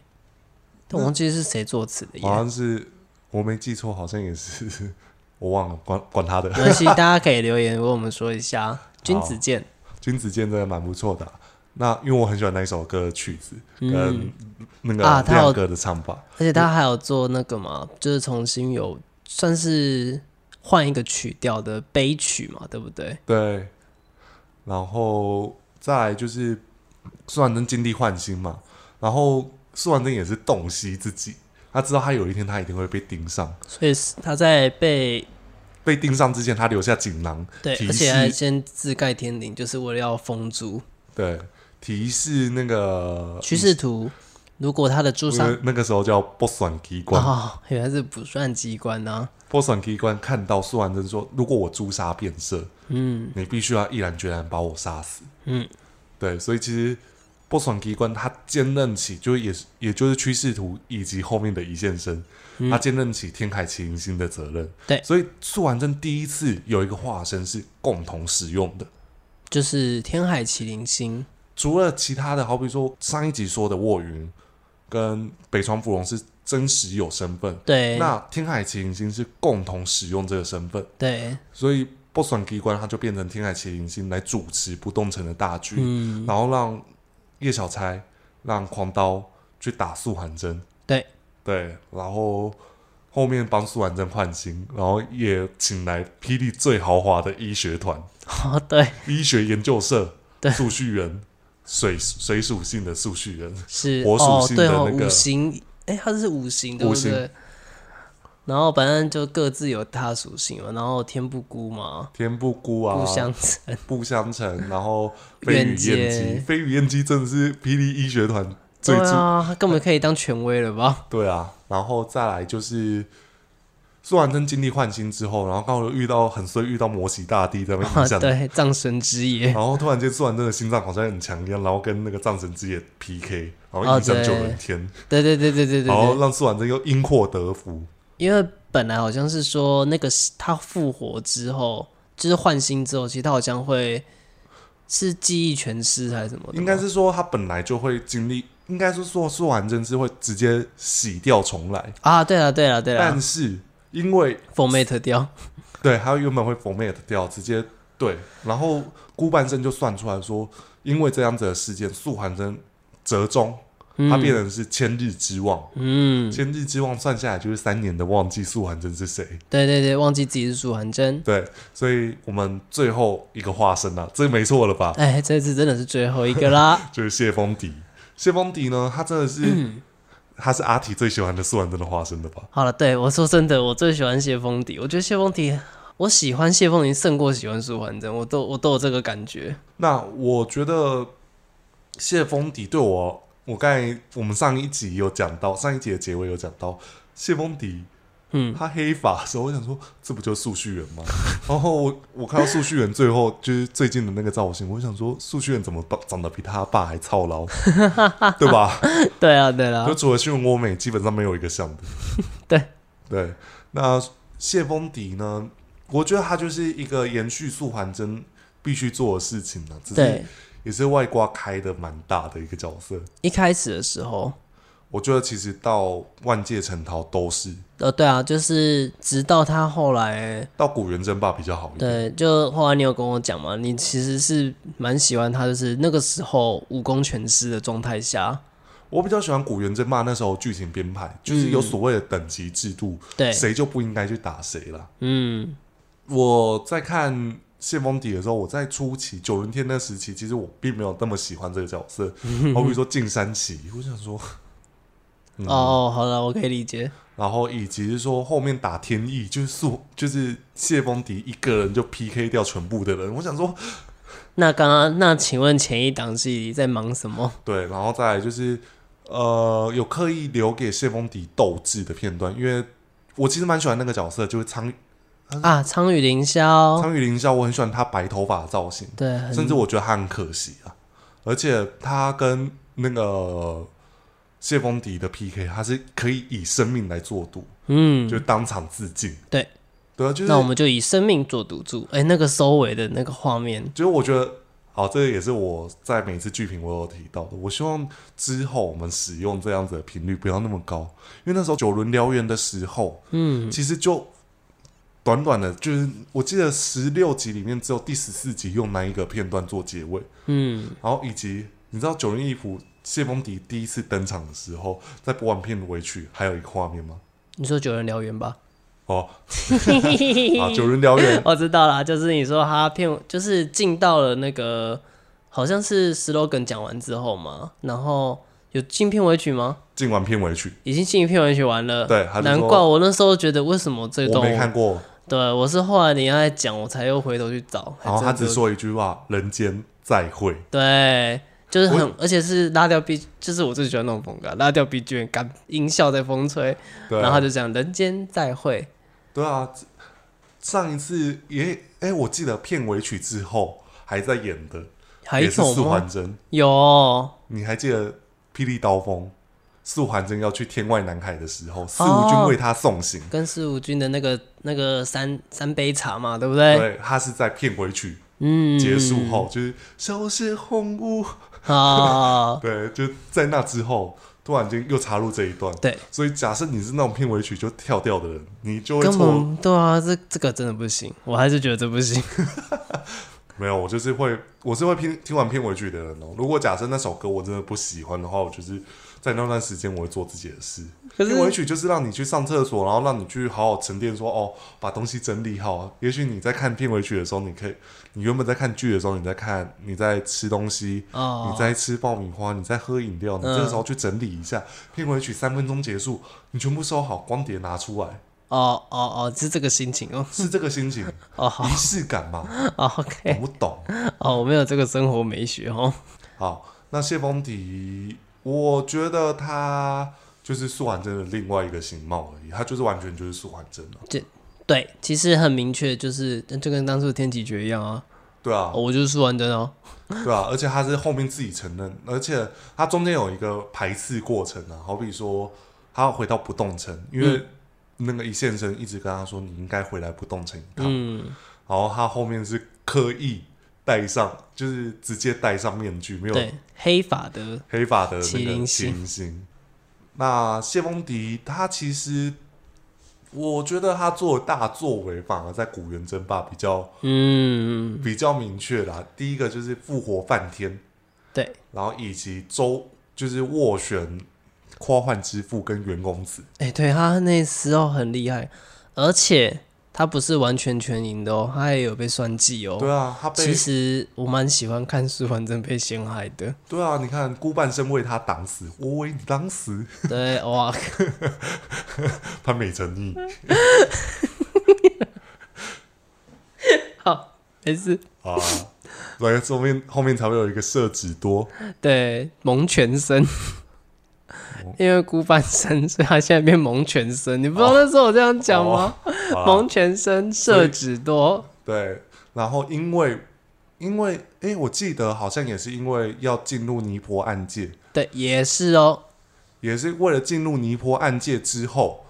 但我忘记是谁作词的
好啊
耶。
像是我没记错，好像也是 我忘了，管管他的
没。关系，大家可以留言为我们说一下。君子剑，
君子剑真的蛮不错的啊、那因为我很喜欢那一首歌的曲子跟
嗯，
那个
啊他有
亮哥的唱法，
而且他还有做那个嘛，就是重新有算是换一个曲调的悲曲嘛，对不对？
对，然后再来就是苏婉珍尽力换新嘛，然后苏婉珍也是洞悉自己，他知道他有一天他一定会被盯上，
所以是他在被
被盯上之前他留下锦囊，
对，
提
而且还
示
先自盖天顶，就是为了要封住
对，提示那个呃
趋势图。如果他的朱砂
那那个时候叫波算机关，
哦，原来是不算机关啊呐、
波算机关看到苏婉珍说，如果我诛杀变色，
嗯
你必须要毅然决然把我杀死。
嗯，
对，所以其实不爽机关他兼任起，就也是也就是趋势图以及后面的一线生，
嗯
他兼任起天海麒麟星的责任。
对
所以素完真第一次有一个化身是共同使用的。
就是天海麒麟星。
除了其他的，好比说上一集说的卧云跟北川芙蓉是真实有身份，
对，
那天海麒麟星是共同使用这个身份，
对，
所以不爽机关他就变成天海麒麟星来主持不动城的大局。
嗯，
然后让叶小钗、让狂刀去打素寒针，
对
对，然后后面帮素寒针换心，然后也请来霹雳最豪华的医学团、
哦，对，
医学研究社
对、
速序员、水水属性的速序员，
是
火属
哦，
性
对
的
哦，
那个
五行，哎，它是五行，对
五
不
行
对？然后反正就各自有它属性嘛，然后天不孤嘛，
天不孤啊，
不相成，
不相成，然后飞羽
愿接
燕姬，飞羽燕姬真的是霹雳医学团最
对
著
啊，它根本可以当权威了吧？
对啊，然后再来就是苏完真经历换新之后，然后刚好遇到很衰，遇到摩西大帝在那边影
啊，
响，
对，葬神之夜，
然后突然间苏完真的心脏好像很强一样，然后跟那个藏神之夜 PK，然后
哦
影响
对
九人天，
对对对对对对
然后
对，
让苏完真又因祸得福，
因为本来好像是说那个是他复活之后，就是换心之后，其实他好像会是记忆全失还是什么的吗？
应该是说他本来就会经历，应该是说苏完真是会直接洗掉重来，
啊，对了对了对了
但是因为
，format 掉，
对，他原本会 format 掉，直接对。然后孤半生就算出来说，因为这样子的事件，素寒生折中，
嗯
他变成是千日之望。
嗯，
千日之望算下来就是三年的忘记素寒真是谁。
对对对，忘记自己是舒寒真。
对，所以我们最后一个化身啊，这没错了吧？。
哎，这次真的是最后一个啦
就是谢风迪。谢风迪呢，他真的是、
嗯
他是阿体最喜欢的素寒真的化身了吧？
好了，对我说真的，我最喜欢谢风迪，我觉得谢风迪，我喜欢谢风迪胜过喜欢舒寒真，我都我都有这个感觉。
那我觉得谢峰迪对我，我刚才我们上一集有讲到，上一集的结尾有讲到谢峰迪
嗯，
他黑发的时候，我想说这不就是速序员吗？ 然后我我看到速序员最后就是最近的那个造型，我想说速序员怎么长长得比他爸还操劳， 对 吧？
对啊对啦
就，除了漩涡美，基本上没有一个像的。
对
对，那谢峰迪呢？我觉得他就是一个延续素还真必须做的事情啊呢、只是
对，
也是外挂开的蛮大的一个角色。
一开始的时候，
我觉得其实到万界城逃都是，
呃，对啊，就是直到他后来，
到古元争霸比较好一点。
对，就后来你有跟我讲嘛，你其实是蛮喜欢他，就是那个时候武功全失的状态下，
我比较喜欢古元争霸那时候剧情编排，就是有所谓的等级制度，
嗯对，
谁、就不应该去打谁了。
嗯，
我在看谢风底的时候，我在初期九轮天那时期，其实我并没有那么喜欢这个角 色。好比说进山崎，我想说，嗯
哦，好了，我可以理解，
然后以及是说后面打天意，就是素就是谢风迪一个人就 PK 掉全部的人，我想说
那刚刚那请问前一档戏在忙什么？
对，然后再来就是呃有刻意留给谢风迪斗志的片段，因为我其实蛮喜欢那个角色，就是苍
啊，苍雨凌霄，
苍羽凌霄，我很喜欢他白头发的造型，
对，哦很
甚至我觉得他很可惜啊，而且他跟那个谢风迪的 PK，他是可以以生命来做赌，
嗯，
就当场自尽。
对，
对啊，就是
那我们就以生命做赌注。哎、那个收尾的那个画面，
就是我觉得，好，这个也是我在每次剧评我有提到的。我希望之后我们使用这样子的频率不要那么高，因为那时候九轮燎原的时候，
嗯，
其实就短短的，就是我记得十六集里面只有第十四集用那一个片段做结尾，
嗯，
然后以及你知道九人一夫谢风迪第一次登场的时候，在播完片尾曲还有一个画面吗？
你说九人燎原 吧？
哦，
嗯
啊，九人燎原，
我知道啦，就是你说他骗，就是进到了那个好像是 slogan 讲完之后嘛，然后有进片尾曲吗？
进完片尾曲，
已经进片尾曲完了。
对他就说
难怪我那时候觉得为什么这
我
栋
没看过。
对，我是后来你要讲，我才又回头去找。还
然后他
真
只
的
说一句话：“人间再会。
对，就是很，而且是拉掉 B，就是我最喜欢那种风格，啊拉掉 B G 干音效在风吹，”
对啊，
然后他就讲人间再会，
对啊，上一次也哎、我记得片尾曲之后还在演的，
还
也是
有
素
吗？
还真。
有，
你还记得《霹雳刀锋》素还真要去天外南海的时候，四
哦
无君为他送行。
跟四五军的那个那个三三杯茶嘛，对不对？
对，他是在片尾曲
嗯，
结束后，就是小雪红雾，
啊，
对，就在那之后，突然间又插入这一段。
对，
所以假设你是那种片尾曲就跳掉的人，你就 会
根
错。
本对啊，这这个真的不行，我还是觉得这 不行。
没有，我就是会，我是会听听完片尾曲的人哦。如果假设那首歌我真的不喜欢的话，我就是在那段时间我会做自己的事。
可
片尾
是
曲就是让你去上厕所，然后让你去好好沉淀说，哦，把东西整理好。啊也许你在看片尾曲的时候，你可以，你原本在看剧的时候，你在看，你在吃东西，
哦，
你在吃爆米花，你在喝饮料，你
嗯
这个时候去整理一下、片尾曲，三分钟结束，你全部收好，光碟拿出来，
哦哦哦，是这个心情哦，
是这个心情，
哦 好
仪式感嘛，
哦，OK，
懂不懂？
哦，我没有这个生活美学哦，
好，那谢峰迪，我觉得他就是素还真的另外一个形貌而已，他就是完全就是素还真了。
对，其实很明确，就是就跟当初的天启诀一样啊，
对啊，
哦我就是苏完真哦，
对啊，而且他是后面自己承认，而且他中间有一个排斥过程啊，好比说他要回到不动城，因
嗯
为那个一线生一直跟他说你应该回来不动城一趟，
嗯，
然后他后面是刻意戴上，就是直接戴上面具，没有
对，黑发的，
黑发的那
麒
个
麟星
情形。那谢风迪他其实，我觉得他做的大作为反而在古元争霸比较
嗯，
比较明确啦。第一个就是复活梵天，
对，
然后以及周就是斡旋夸换之父跟袁公子，
哎、对他那时候很厉害，而且他不是完全全赢的哦，他也有被算计哦。
对啊，他被
其实我蛮喜欢看苏环真被陷害 的，
对啊，你看孤半生为他挡死，我为你挡死，
对，哇，
潘美诚意。
好，没事，
啊， 对，后面后面才会有一个射指多，
对，蒙全身。
哦
因为孤半身，所以他现在变蒙全身。你不知道那时候我这样讲吗？
哦好啦
蒙全身
所
射
以
指多，
对，然后因为因为诶，我记得好像也是因为要进入尼泊案界，
对，也是哦。
也是为了进入尼泊案界之后，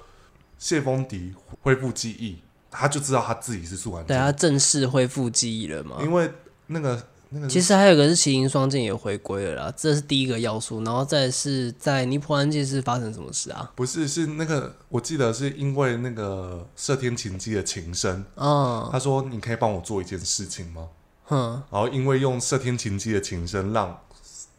谢风迪恢复记忆，他就知道他自己是素还
对
真，
他正式恢复记忆了嘛？
因为那个那个
其实还有一个是麒麟双剑也回归了啦，这是第一个要素。然后再是在尼泊安界是发生什么事啊？
不是是那个，我记得是因为那个射天琴姬的琴声，
嗯
他说你可以帮我做一件事情吗？
哼，
然后因为用射天琴姬的琴声让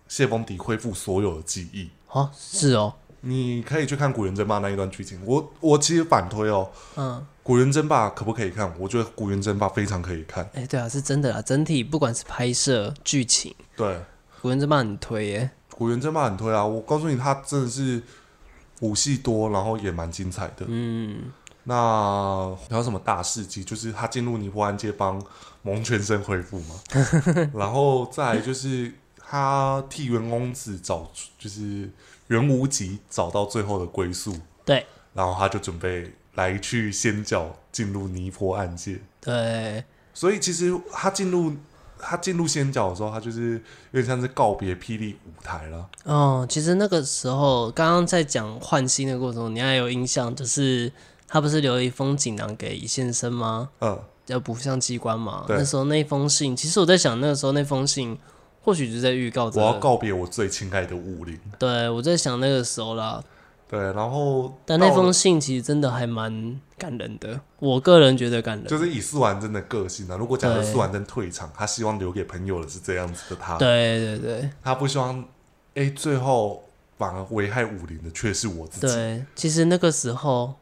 谢风迪恢复所有的记忆。
哦，是哦，
你可以去看《古人争霸》那一段剧情。我我其实反推哦，
嗯，
《古人争霸》可不可以看？我觉得《古人争霸》非常可以看。
哎、对啊，是真的啦。整体不管是拍摄、剧情，
对，《
古人真棒很推耶。
古人争霸》很推啊！我告诉你，它真的是武戏多，然后也蛮精彩的。
嗯，
那还有什么大事迹？就是他进入尼泊安街帮蒙全身恢复 嘛，然后再来就是他替袁公子找，就是袁无极找到最后的归宿，
对
然后他就准备来去仙教进入尼泊安界。
对，
所以其实他进入他进入仙角的时候，他就是有点像是告别霹雳舞台了。
哦，其实那个时候刚刚在讲换新的过程中，你还有印象，就是他不是留一封锦囊给一先生吗？
嗯，
要不像机关嘛。
对
那时候那封信，其实我在想，那个时候那封信或许就在预告着。
我要告别我最亲爱的武林。
对，我在想那个时候啦，
对，然后
但那
到
封
了
信其实真的还蛮感人的，我个人觉得感人。
就是以苏完真的个性啊，如果假设
对
苏完真退场，他希望留给朋友的是这样子的
啊
他，
对对对
他不希望哎、最后反而危害武林的却是我自己。
对，其实那个时候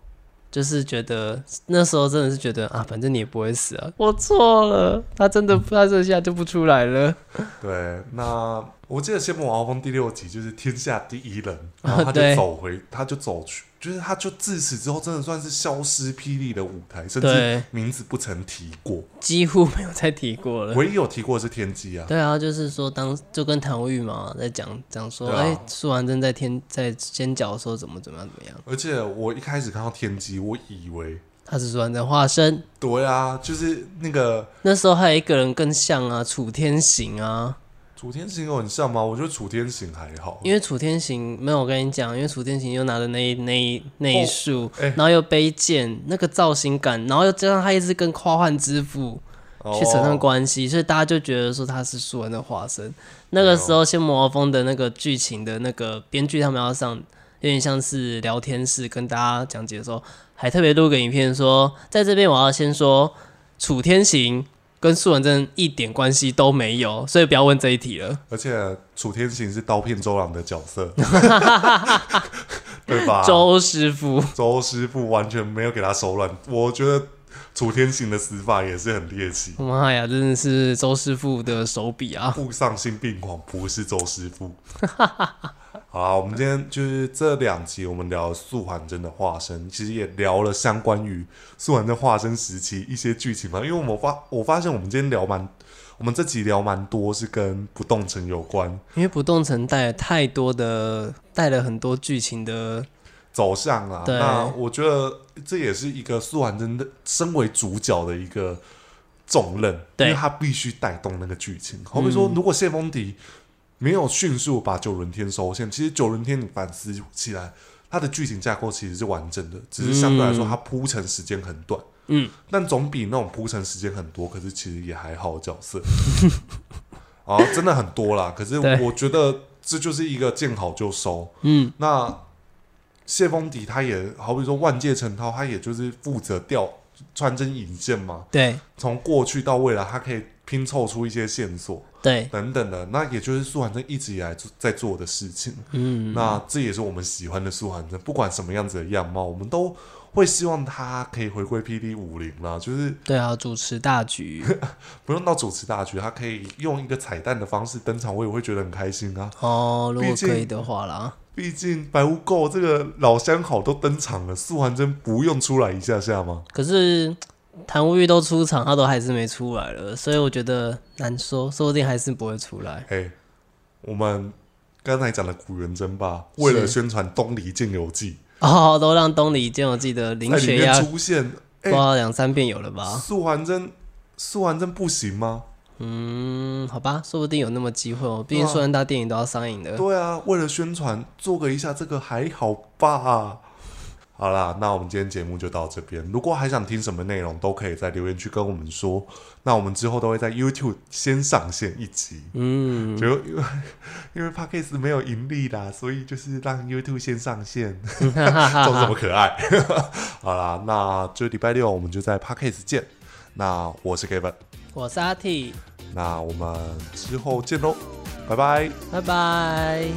就是觉得那时候真的是觉得啊，反正你也不会死啊，我错了，他真的他这下就不出来了。
对，那我记得《仙魔鏖锋》第六集就是天下第一人，然后他就
啊对
走回，他就走去，就是他就自此之后真的算是消失霹雳的舞台，甚至
对，
名字不曾提过，
几乎没有再提过了。
唯一有提过的是天机啊。
对啊，就是说当就跟唐钰嘛在讲讲说，
对啊
哎、苏完真在天在尖角的时候怎么怎么样怎么样，
而且我一开始看到天机，我以为
他是苏完真化身。
对啊，就是那个
那时候还有一个人更像啊，楚天行啊，
楚天行有很像吗？我觉得楚天行还好，
因为楚天行没有我跟你讲，因为楚天行又拿着那一那一那一
哦
束，
哎
然后又背剑，那个造型感，然后又加上他一直跟夸幻之父去扯上
哦、
关系，所以大家就觉得说他是素人的化身。那个时候，仙魔峰的那个剧情的那个编剧他们要上，有点像是聊天室跟大家讲解的时候，还特别录个影片说，在这边我要先说楚天行。跟素人真一点关系都没有，所以不要问这一题了。
而且楚天行是刀片周郎的角 色，对吧？
周师傅，
周师傅完全没有给他手软，我觉得楚天行的死法也是很猎奇。
妈呀，真的是周师傅的手笔啊！
顾上心病狂不是周师傅。 好啦，我们今天就是这两集，我们聊素还真的化身，其实也聊了相关于素还真化身时期一些剧情嘛。因为我们发我发现我们今天聊蛮，我们这集聊蛮多是跟不动城有关
因为不动城带了太多的，带了很多剧情的
走向啊。
对
那我觉得这也是一个素还真的身为主角的一个重任，因
对嗯
为他必须带动那个剧情。好比说，如果谢风迪没有迅速把九轮天收线，其实九轮天你反思起来，它的剧情架构其实是完整的，只是相对来说它铺陈时间很短。
嗯，
但总比那种铺陈时间很多，可是其实也还好的角色。 啊，真的很多啦。可是
对
我觉得这就是一个见好就收。
嗯，
那谢风迪他也好比说万界成涛，他也就是负责调穿针引线嘛。
对
从过去到未来，他可以拼凑出一些线索
对，
等等的。那也就是苏寒生一直以来做在做的事情。
嗯，
那这也是我们喜欢的苏寒生，不管什么样子的样貌，我们都会希望他可以回归霹雳武林啦。就是
对啊，主持大局
不用到主持大局，他可以用一个彩蛋的方式登场，我也会觉得很开心啊。
哦，如果
毕竟
可以的话啦，
毕竟白无垢这个老相好都登场了，苏寒生不用出来一下下吗？
可是谭无欲都出场，他都还是没出来了，所以我觉得难说，说不定还是不会出来。
嘿，我们刚才讲的古元争霸，为了
是
宣传《东离剑游记
哦，都让东里健我记得》，林
在里
雪压
面
不
出现，哎、
知道两三遍有了吧？
素还真，素还真不行吗？
嗯，好吧，说不定有那么机会哦，毕
对
竟
啊
说完大电影都要上映的。
对啊，为了宣传做个一下这个还好吧。好啦，那我们今天节目就到这边。如果还想听什么内容，都可以在留言区跟我们说。那我们之后都会在 YouTube 先上线一集。
嗯
就 因为因为 Podcast 没有盈利啦，所以就是让 YouTube 先上线，
嗯，哈哈哈
装什么
哈，
可爱？ 好啦，那就礼拜六我们就在 Podcast 见。那我是 Kevin，
我是阿 T，
那我们之后见喽，拜拜。
拜拜。